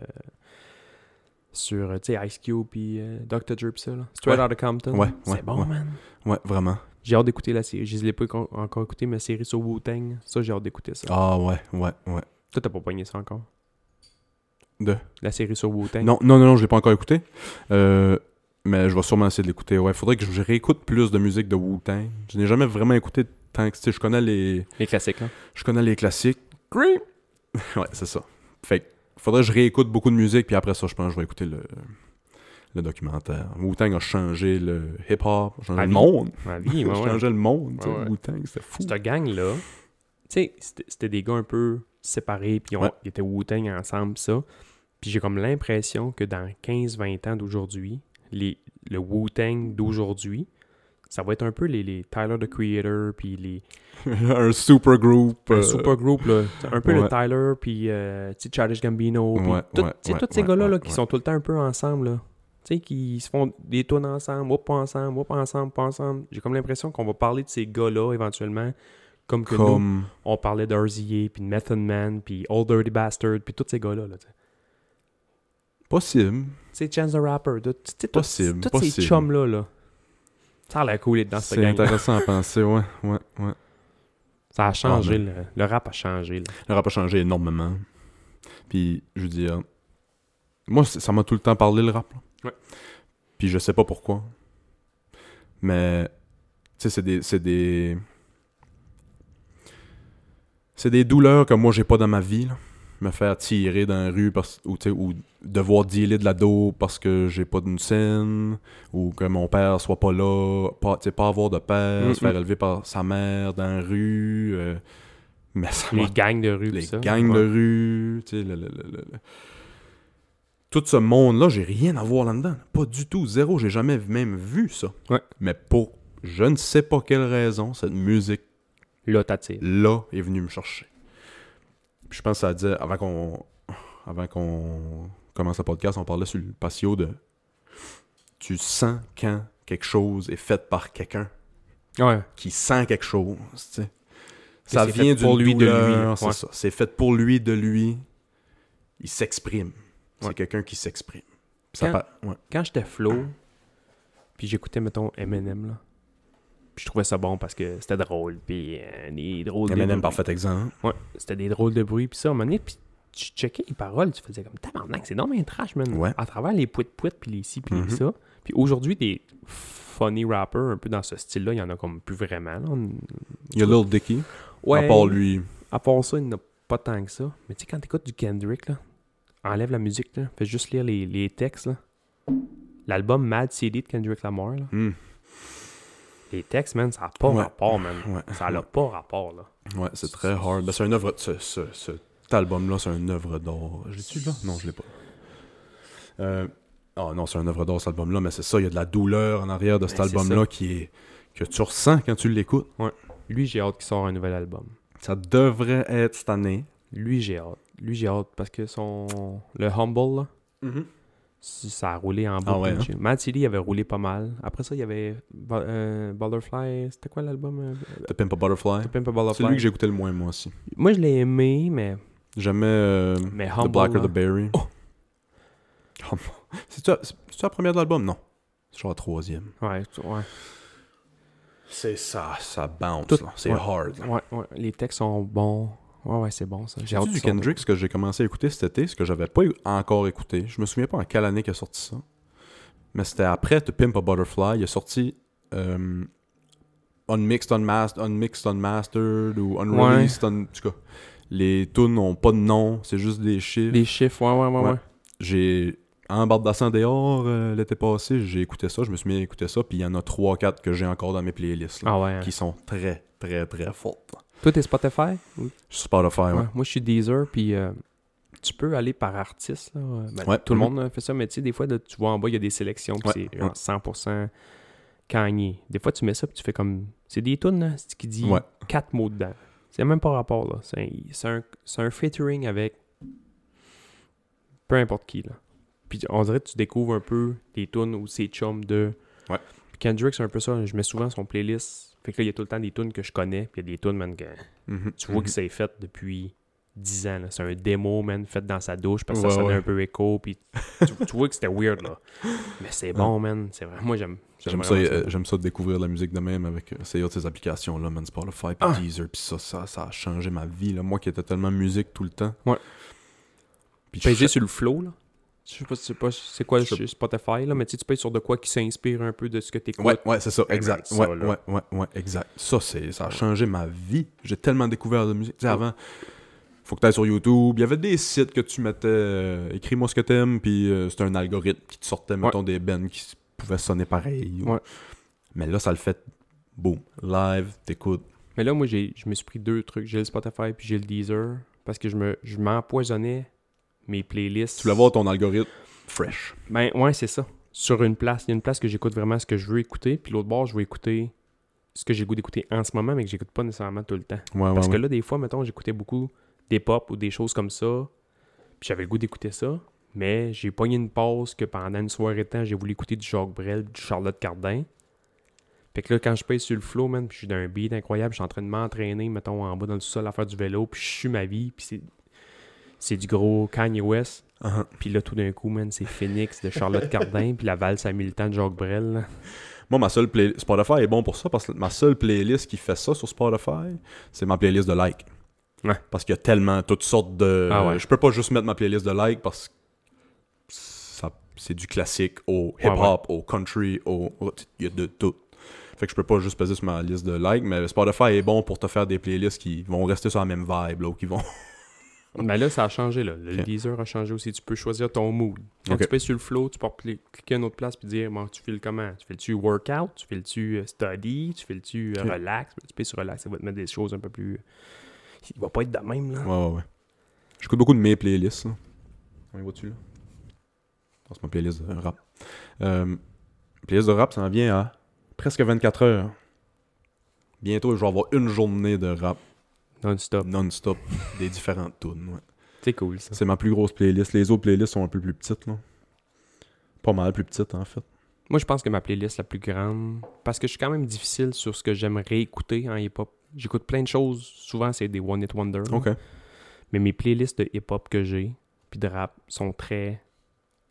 S2: sur, euh, tu sais, Ice Cube, puis euh, Dr. Dre, puis ça, là. Straight
S1: Ouais.
S2: Outta Compton.
S1: Ouais,
S2: C'est
S1: ouais,
S2: bon,
S1: ouais.
S2: man.
S1: Ouais, vraiment.
S2: J'ai hâte d'écouter la série. Je ne l'ai pas éco- encore écouté, ma série sur Wu-Tang. Ça, j'ai hâte d'écouter ça.
S1: Ah ouais, ouais, ouais.
S2: Toi, t'as pas pogné ça encore?
S1: De?
S2: La série sur Wu-Tang?
S1: Non, non, non, non, je l'ai pas encore écouté. Euh, mais je vais sûrement essayer de l'écouter. Ouais, faudrait que je réécoute plus de musique de Wu-Tang. Je n'ai jamais vraiment écouté tant que tu sais, je connais les
S2: Les classiques, hein. là.
S1: je connais les classiques.
S2: Creep!
S1: Ouais, c'est ça. Fait que faudrait que je réécoute beaucoup de musique, puis après ça, je pense que je vais écouter le, le documentaire. Wu-Tang a changé le hip-hop, a changé
S2: Ah,
S1: le
S2: oui.
S1: monde.
S2: Ma vie,
S1: Il
S2: ouais, ouais.
S1: changeait le monde, tu sais,
S2: Ouais, ouais.
S1: Wu-Tang, c'était fou.
S2: Cette gang-là, tu sais, c'était c'était des gars un peu séparés, puis ils ont-
S1: Ouais.
S2: ils étaient Wu-Tang ensemble, pis ça. Puis j'ai comme l'impression que dans 15-20 ans d'aujourd'hui, les- le Wu-Tang d'aujourd'hui, ça va être un peu les, les Tyler, the Creator, puis les,
S1: un euh, super groupe.
S2: un super groupe là C'est un peu le
S1: ouais.
S2: Tyler puis euh, tu sais, Childish Gambino puis
S1: Ouais,
S2: tout-
S1: ouais,
S2: tu sais,
S1: ouais,
S2: tous ces
S1: ouais,
S2: gars là,
S1: ouais,
S2: qui
S1: ouais.
S2: sont tout le temps un peu ensemble là tu sais qui se font des tunes ensemble oups pas ensemble oups pas ensemble pas ensemble j'ai comme l'impression qu'on va parler de ces gars là éventuellement comme que nous
S1: comme.
S2: on parlait d'RZA puis de Method Man puis Old Dirty Bastard puis tous ces gars là, là tu sais.
S1: Possible.
S2: Tu sais Chance the Rapper de- tu sais tous
S1: Possible,
S2: tous ces
S1: possible.
S2: chums là là ça a l'air cool d'être dans cette
S1: C'est
S2: gang
S1: intéressant à penser, ouais, ouais, ouais.
S2: ça a
S1: Ah,
S2: changé le, le rap a changé là.
S1: Le rap a changé énormément. Puis, je veux dire. Moi, c- ça m'a tout le temps parlé, le rap. là.
S2: Ouais.
S1: Puis, je sais pas pourquoi. Mais. Tu sais, c'est des. C'est des. C'est des douleurs que moi, j'ai pas dans ma vie, là. Me faire tirer dans la rue parce, ou, tu sais, ou devoir dealer de la dos parce que j'ai pas d'une scène, ou que mon père soit pas là, pas, tu sais, pas avoir de père,
S2: Mhm.
S1: se faire élever par sa mère dans la rue. euh, mais ça m'a
S2: les gangs de rue
S1: les
S2: pis ça.
S1: gangs
S2: Ouais.
S1: de rue, tu sais, le, le- le- le- le- tout ce monde-là, j'ai rien à voir là-dedans. Pas du tout, zéro. J'ai jamais même vu ça.
S2: Ouais.
S1: Mais pour je ne sais pas quelle raison, cette musique-là
S2: là t'attires
S1: est venue me chercher. Puis je pense que ça disait, avant qu'on avant qu'on commence le podcast, on parlait sur le patio de tu sens quand quelque chose est fait par quelqu'un
S2: ouais
S1: qui sent quelque chose. tu sais. Ça
S2: c'est fait
S1: vient d'une
S2: pour lui, de lui,
S1: douleur,
S2: ouais.
S1: C'est ça. C'est fait pour lui, de lui. Il s'exprime.
S2: Ouais.
S1: C'est quelqu'un qui s'exprime. Ça
S2: Quand-
S1: par- ouais.
S2: quand j'étais flow, puis j'écoutais, mettons, Eminem, là, puis je trouvais ça bon parce que c'était drôle, puis euh, des drôles de
S1: M&M,
S2: bruits.
S1: parfait exemple.
S2: Ouais, c'était des drôles de bruit, puis ça, à un moment donné, puis tu checkais les paroles, tu faisais comme tabarnak, c'est normal trash, man.
S1: Ouais.
S2: À travers les pouit pouit puis les ci, puis
S1: Mhm.
S2: les ça. Puis aujourd'hui, des funny rappers un peu dans ce style-là, il y en a comme plus vraiment. là. On-
S1: Il y a Lil Dicky.
S2: Ouais,
S1: À part lui.
S2: à part ça, il n'y en a pas tant que ça. Mais tu sais, quand t'écoutes du Kendrick, là, Enlève la musique, là. Fais juste lire les, les textes, là. L'album Mad City de Kendrick Lamar, là.
S1: Hmm.
S2: Les textes, man, ça n'a pas
S1: Ouais.
S2: rapport, man.
S1: Ouais.
S2: Ça n'a pas rapport, là.
S1: Ouais, c'est très hard. Ben, c'est une œuvre. Ce, ce- cet album-là, c'est une œuvre d'or. Je l'ai-tu là Non, je l'ai pas. Euh, Ah non, c'est une œuvre d'or, cet album-là, mais c'est ça, il y a de la douleur en arrière de cet
S2: Ben, c'est
S1: album-là qui est que tu ressens quand tu l'écoutes.
S2: Lui, j'ai hâte qu'il sorte un nouvel album.
S1: Ça devrait être cette année.
S2: Lui, j'ai hâte. Lui, j'ai hâte parce que son. Le Humble, là, si- ça a roulé en boucle.
S1: Mm-hmm. Ah ouais, hein?
S2: là, j'ai- Mad City avait roulé pas mal. Après ça, il y avait Bu- euh, Butterfly. C'était quoi l'album euh,
S1: The Pimp a Butterfly.
S2: The Pimp a
S1: C'est
S2: Butterfly.
S1: lui que j'ai écouté le moins, moi aussi.
S2: Moi, je l'ai aimé, mais.
S1: Jamais euh,
S2: Mais
S1: The
S2: Humble.
S1: Blacker
S2: là,
S1: the Berry.
S2: Oh!
S1: Oh, mon- C'est-tu la- c'est-tu la première de l'album Non. C'est genre la troisième.
S2: Ouais, tu- ouais,
S1: C'est ça, Ah, ça bounce.
S2: Tout-
S1: là. C'est
S2: ouais.
S1: hard. là.
S2: ouais, ouais. Les textes sont bons. Ouais, ouais, c'est bon ça. J'ai hâte
S1: C'est du
S2: qu'il sorte.
S1: Kendrick, ce que j'ai commencé à écouter cet été, ce que j'avais pas eu- encore écouté. Je me souviens pas en quelle année qu'il a sorti ça. Mais c'était après The Pimp a Butterfly. Il a sorti euh, Unmixed, Unmastered, Unmixed, Unmastered ou Unreleased. un- en tout cas, les tunes n'ont pas de nom, c'est juste des chiffres.
S2: Les chiffres, ouais, ouais, ouais.
S1: Ouais.
S2: ouais.
S1: J'ai. En bardassant dehors euh, l'été passé, j'ai écouté ça, je me suis mis à écouter ça, puis il y en a 3-4 que j'ai encore dans mes playlists, là,
S2: Ah ouais. hein.
S1: qui sont très, très, très fortes.
S2: Toi, t'es Spotify?
S1: Spotify, ouais.
S2: Ouais, Moi, je suis Deezer, puis euh, tu peux aller par artiste. là. euh, ben,
S1: Ouais. Mm.
S2: Tout le monde euh, fait ça, mais tu sais, des fois, là, tu vois en bas, il y a des sélections, puis
S1: Ouais.
S2: c'est genre 100% Kanye. Des fois, tu mets ça, puis tu fais comme... C'est des tunes, là, c'est qui dit
S1: Ouais.
S2: quatre mots dedans. C'est même pas rapport, là. C'est un- C'est un, c'est un featuring avec peu importe qui, là. Puis on dirait que tu découvres un peu les tunes ou ses chums de...
S1: Ouais.
S2: Puis Kendrick, c'est un peu ça. Je mets souvent son playlist. Fait que là, il y a tout le temps des tunes que je connais, puis il y a des tunes, man, que...
S1: Mhm.
S2: Tu vois
S1: Mhm.
S2: que c'est fait depuis 10 ans. là. C'est un démo, man, fait dans sa douche parce que
S1: Ouais,
S2: ça sonnait
S1: ouais.
S2: un peu écho. Puis tu, tu vois que c'était weird, là. Mais c'est bon, man. C'est vrai. Moi, j'aime.
S1: J'aime ça,
S2: vraiment
S1: euh, j'aime ça de découvrir la musique de même avec euh, ces autres ces applications-là, man, Spotify, puis
S2: Ah.
S1: Deezer, puis ça, ça, ça a changé ma vie, là. Moi qui étais tellement musique tout le temps.
S2: Ouais.
S1: Puis je
S2: Peser
S1: fais-
S2: sur le flow, là. Je sais pas, si c'est pas c'est quoi
S1: Je-
S2: sur Spotify, là, mais tu sais, tu payes sur de quoi qui s'inspire un peu de ce que t'écoutes.
S1: Ouais, ouais, c'est ça,
S2: man,
S1: exact.
S2: ça,
S1: ouais,
S2: là.
S1: ouais, ouais, ouais, exact. Ça, c'est, ça a changé ma vie. J'ai tellement découvert de musique. Tu sais,
S2: Ouais.
S1: avant, faut que t'ailles sur YouTube. Il y avait des sites que tu mettais, euh, écris-moi ce que t'aimes, puis euh, c'était un algorithme qui te sortait, mettons, des bands qui s- pouvaient sonner pareil. ou-
S2: Ouais.
S1: Mais là, ça le fait, boum, live, t'écoutes.
S2: Mais là, moi, j'ai, je me suis pris deux trucs. J'ai le Spotify puis j'ai le Deezer parce que je, me, je m'empoisonnais mes playlists.
S1: Tu voulais voir ton algorithme fresh.
S2: Ben ouais, c'est ça. Sur une place, il y a une place que j'écoute vraiment ce que je veux écouter, puis l'autre bord, je veux écouter ce que j'ai le goût d'écouter en ce moment, mais que j'écoute pas nécessairement tout le temps.
S1: Ouais, ouais,
S2: Parce que
S1: ouais.
S2: là, des fois, mettons, j'écoutais beaucoup des pop ou des choses comme ça, puis j'avais le goût d'écouter ça, mais j'ai pogné une pause que pendant une soirée de temps, j'ai voulu écouter du Jacques Brel, du Charlotte Cardin. Fait que là, quand je paye sur le flow, man, puis je suis d'un beat incroyable, je suis en train de m'entraîner, mettons, en bas dans le sol à faire du vélo, puis je suis ma vie, puis c'est, c'est du gros Kanye West.
S1: Uh-huh.
S2: Puis là, tout d'un coup, man, c'est Phoenix de Charlotte Cardin, puis la valse à militant de Jacques Brel. là.
S1: Moi, ma seule playlist. Spotify est bon pour ça parce que ma seule playlist qui fait ça sur Spotify, c'est ma playlist de like.
S2: Ouais.
S1: Parce qu'il y a tellement toutes sortes de.
S2: Ah ouais.
S1: Je peux pas juste mettre ma playlist de like parce que ça... c'est du classique au
S2: Ouais,
S1: hip-hop, au country, au. Il y a de tout. Fait que je peux pas juste peser sur ma liste de like, mais Spotify est bon pour te faire des playlists qui vont rester sur la même vibe, là, ou qui vont.
S2: Mais là, ça a changé. Là. Le
S1: Ok.
S2: Deezer a changé aussi. Tu peux choisir ton mood. Quand
S1: Ok.
S2: tu payes sur le flow, tu peux repli- cliquer à une autre place puis dire bon, tu files comment Tu files-tu workout Tu files-tu euh, study Tu files-tu euh,
S1: Ok.
S2: relax Tu payes sur relax, ça va te mettre des choses un peu plus. Il va pas être de même. là.
S1: Ouais, ouais, ouais. J'écoute beaucoup de mes playlists. Là. On les voit-tu là Ah, C'est ma playlist de rap. Euh, playlist de rap, ça en vient à presque 24 heures. Bientôt, je vais avoir une journée de rap
S2: Non-stop.
S1: non-stop des différentes tunes. ouais.
S2: C'est cool ça.
S1: C'est ma plus grosse playlist. Les autres playlists sont un peu plus petites. Là. Pas mal plus petites, en fait.
S2: Moi, je pense que ma playlist la plus grande, parce que je suis quand même difficile sur ce que j'aimerais écouter en hip-hop. J'écoute plein de choses. Souvent, c'est des One Hit Wonder. là.
S1: Ok.
S2: Mais mes playlists de hip-hop que j'ai, puis de rap, sont très,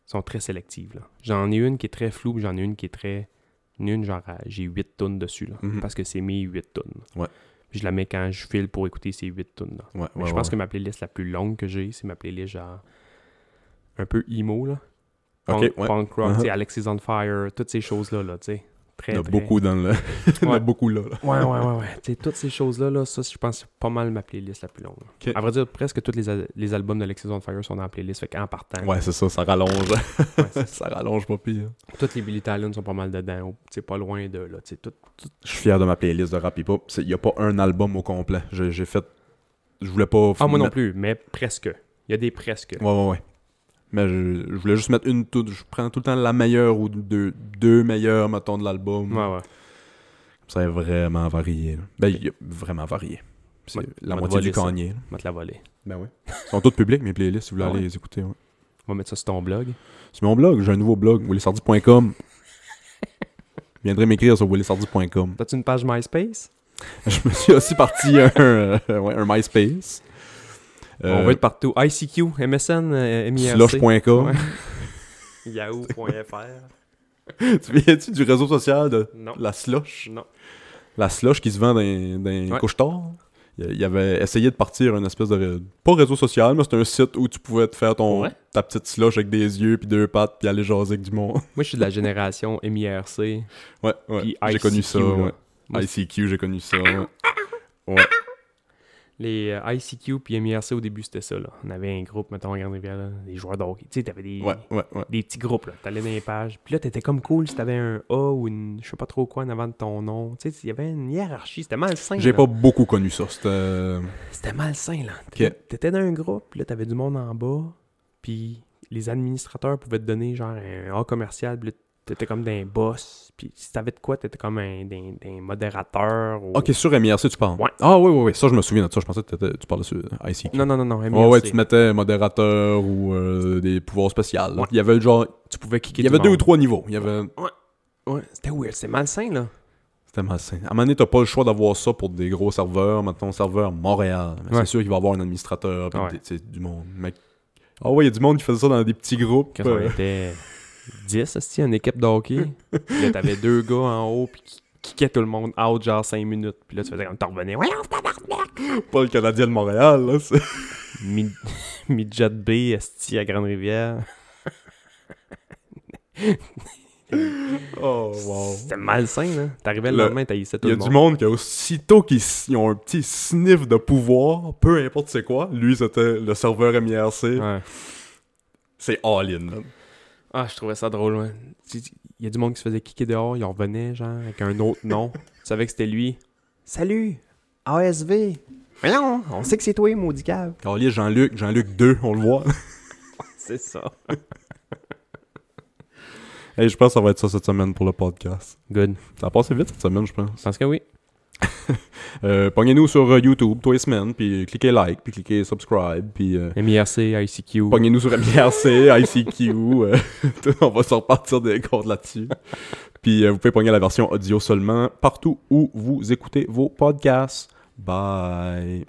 S2: sont très sélectives. là. J'en ai une qui est très floue, puis j'en ai une qui est très... Une, une genre, euh, j'ai 8 tonnes dessus, là,
S1: Mhm.
S2: parce que c'est mes 8 tonnes.
S1: Ouais.
S2: Puis je la mets quand je file pour écouter ces 8 tonnes. là.
S1: Ouais,
S2: Mais
S1: ouais,
S2: je pense
S1: ouais.
S2: que ma playlist la plus longue que j'ai, c'est ma playlist genre un peu emo, là.
S1: Ok,
S2: Punk,
S1: ouais.
S2: punk rock,
S1: Uh-huh.
S2: tu sais, Alexis on Fire, toutes ces choses-là, là, tu sais.
S1: Il
S2: très.
S1: y en a
S2: très-
S1: beaucoup dans le. Il y en a
S2: Ouais.
S1: beaucoup là. là.
S2: Ouais, ouais, ouais, ouais. Tu sais, toutes ces choses-là, là, ça, je pense, que c'est pas mal ma playlist la plus longue. là.
S1: Ok.
S2: À vrai dire, presque tous les, al- les albums de Alexis on Fire sont dans la playlist. Fait qu'en partant,
S1: Ouais, c'est ça, ça rallonge.
S2: ouais, c'est-
S1: ça rallonge pas pire.
S2: toutes les Billy Talon sont pas mal dedans. ou, Tu sais, pas loin de là. Tu sais, tout.
S1: Je suis fier de ma playlist de rap hip-hop. Il n'y a pas un album au complet. J'ai j'ai fait. Je voulais pas.
S2: Ah, moi non
S1: mettre-
S2: plus, mais presque. Il y a des presque.
S1: Ouais, ouais, ouais. Mais je, je voulais juste mettre une toute. Je prends tout le temps la meilleure ou deux, deux meilleures, mettons, de l'album.
S2: Ouais, ouais.
S1: C'est vraiment varié. là. Ben, il y a vraiment varié. C'est
S2: Ouais,
S1: la
S2: on va
S1: moitié
S2: te
S1: du
S2: voler ça.
S1: canier. là.
S2: On va te la voler.
S1: Ben oui. Ils sont toutes publiques, mes playlists, si vous voulez
S2: Ah
S1: aller
S2: ouais.
S1: les écouter. ouais.
S2: On va mettre ça sur ton blog.
S1: C'est mon blog, j'ai un nouveau blog, willisardi.com. Vous viendrez m'écrire sur willisardi.com.
S2: T'as-tu une page MySpace?
S1: Je me suis aussi parti un, euh, ouais, un MySpace.
S2: On va être partout. ICQ, MSN, euh, MIRC.
S1: Slush.com.
S2: Ouais. Yahoo.fr.
S1: tu viens-tu du réseau social de
S2: Non.
S1: la slush?
S2: Non.
S1: La slush qui se vend dans, les- dans les
S2: Ouais.
S1: couche-tard. Il il avait essayé de partir une espèce de... ré- Pas réseau social, mais c'était un site où tu pouvais te faire ton,
S2: Ouais.
S1: ta petite slush avec des yeux puis deux pattes puis aller jaser avec du monde.
S2: Moi, je suis de la génération MIRC.
S1: Ouais, ouais.
S2: Puis
S1: J'ai
S2: ICQ,
S1: connu ça.
S2: là.
S1: ouais.
S2: Moi,
S1: ICQ, j'ai connu ça. ouais. Ouais.
S2: Les euh, ICQ puis MIRC, au début, c'était ça. Là. On avait un groupe, mettons, à Grande-Rivière, là, des joueurs d'hockey. Tu sais, t'avais des,
S1: Ouais, ouais, ouais.
S2: des petits groupes. là. T'allais dans les pages. Puis là, t'étais comme cool si t'avais un A ou une je sais pas trop quoi en avant de ton nom. Tu sais, il y avait une hiérarchie. C'était malsain.
S1: J'ai
S2: là.
S1: pas beaucoup connu ça. C'était. euh,
S2: C'était malsain, là. T'étais t'étais dans un groupe, puis là, t'avais du monde en bas, puis les administrateurs pouvaient te donner, genre, un A commercial, puis là, t'étais comme d'un boss, puis si t'avais de quoi, t'étais comme un, d'un, d'un modérateur. Ou...
S1: Ok, sur MIRC, tu parles.
S2: Ouais.
S1: Ah, oui, oui, oui. Ça, je me souviens de ça. Je pensais que t'étais- tu parlais sur ICQ.
S2: Non, non, non, non,
S1: Ouais, ouais,
S2: MIRC.
S1: tu mettais modérateur ou euh, des pouvoirs spéciaux. là.
S2: Ouais.
S1: Il y avait genre.
S2: Tu pouvais kicker
S1: Il y
S2: tout
S1: avait
S2: le
S1: deux ou
S2: monde.
S1: trois niveaux. Il y avait.
S2: Ouais, c'était weird, c'était malsain, là.
S1: C'était malsain. À un moment donné, t'as pas le choix d'avoir ça pour des gros serveurs. Mettons, serveur Montréal. Mais
S2: Ouais.
S1: C'est sûr qu'il va y avoir un administrateur. puis
S2: Ouais.
S1: des- tu sais, du monde. Mais- Ah, ouais, il y a du monde qui faisait ça dans des petits groupes.
S2: Quand
S1: euh,
S2: on était 10, c'était une équipe de hockey, puis là, t'avais deux gars en haut, puis qui kickaient tout le monde out, genre 5 minutes, puis là, tu faisais comme t'en revenais. Ouais, on se tabarnak!
S1: pas le Canadien de Montréal, là. c'est-
S2: Mi- Midget B, Esti à Grande-Rivière.
S1: Oh, wow.
S2: C'était malsain, là. T'arrivais le
S1: Le-
S2: lendemain, t'haïssais tout
S1: Il y a
S2: le
S1: du
S2: monde.
S1: monde qui, aussitôt qu'ils s- ils ont un petit sniff de pouvoir, peu importe c'est quoi, lui c'était le serveur MIRC,
S2: Ouais.
S1: c'est all-in. man.
S2: Ah, je trouvais ça drôle, ouais. Tu- tu- Il y a du monde qui se faisait kicker dehors, ils en revenaient, genre, avec un autre nom. tu savais que c'était lui. Salut! ASV! Voyons, on sait que c'est toi, maudit cave.
S1: Carlier, Jean-Luc, Jean-Luc 2, on le voit.
S2: C'est ça.
S1: hey, je pense que ça va être ça cette semaine pour le podcast.
S2: Good.
S1: Ça a passé vite cette semaine, je pense.
S2: Je pense que oui.
S1: Euh, Pognez-nous sur euh, YouTube, tous les semaines, puis cliquez like, puis cliquez subscribe, puis... euh,
S2: MIRC, ICQ.
S1: Pognez-nous sur MIRC, ICQ, euh, tout, on va se repartir des comptes là-dessus. Puis euh, vous pouvez pogner la version audio seulement partout où vous écoutez vos podcasts. Bye.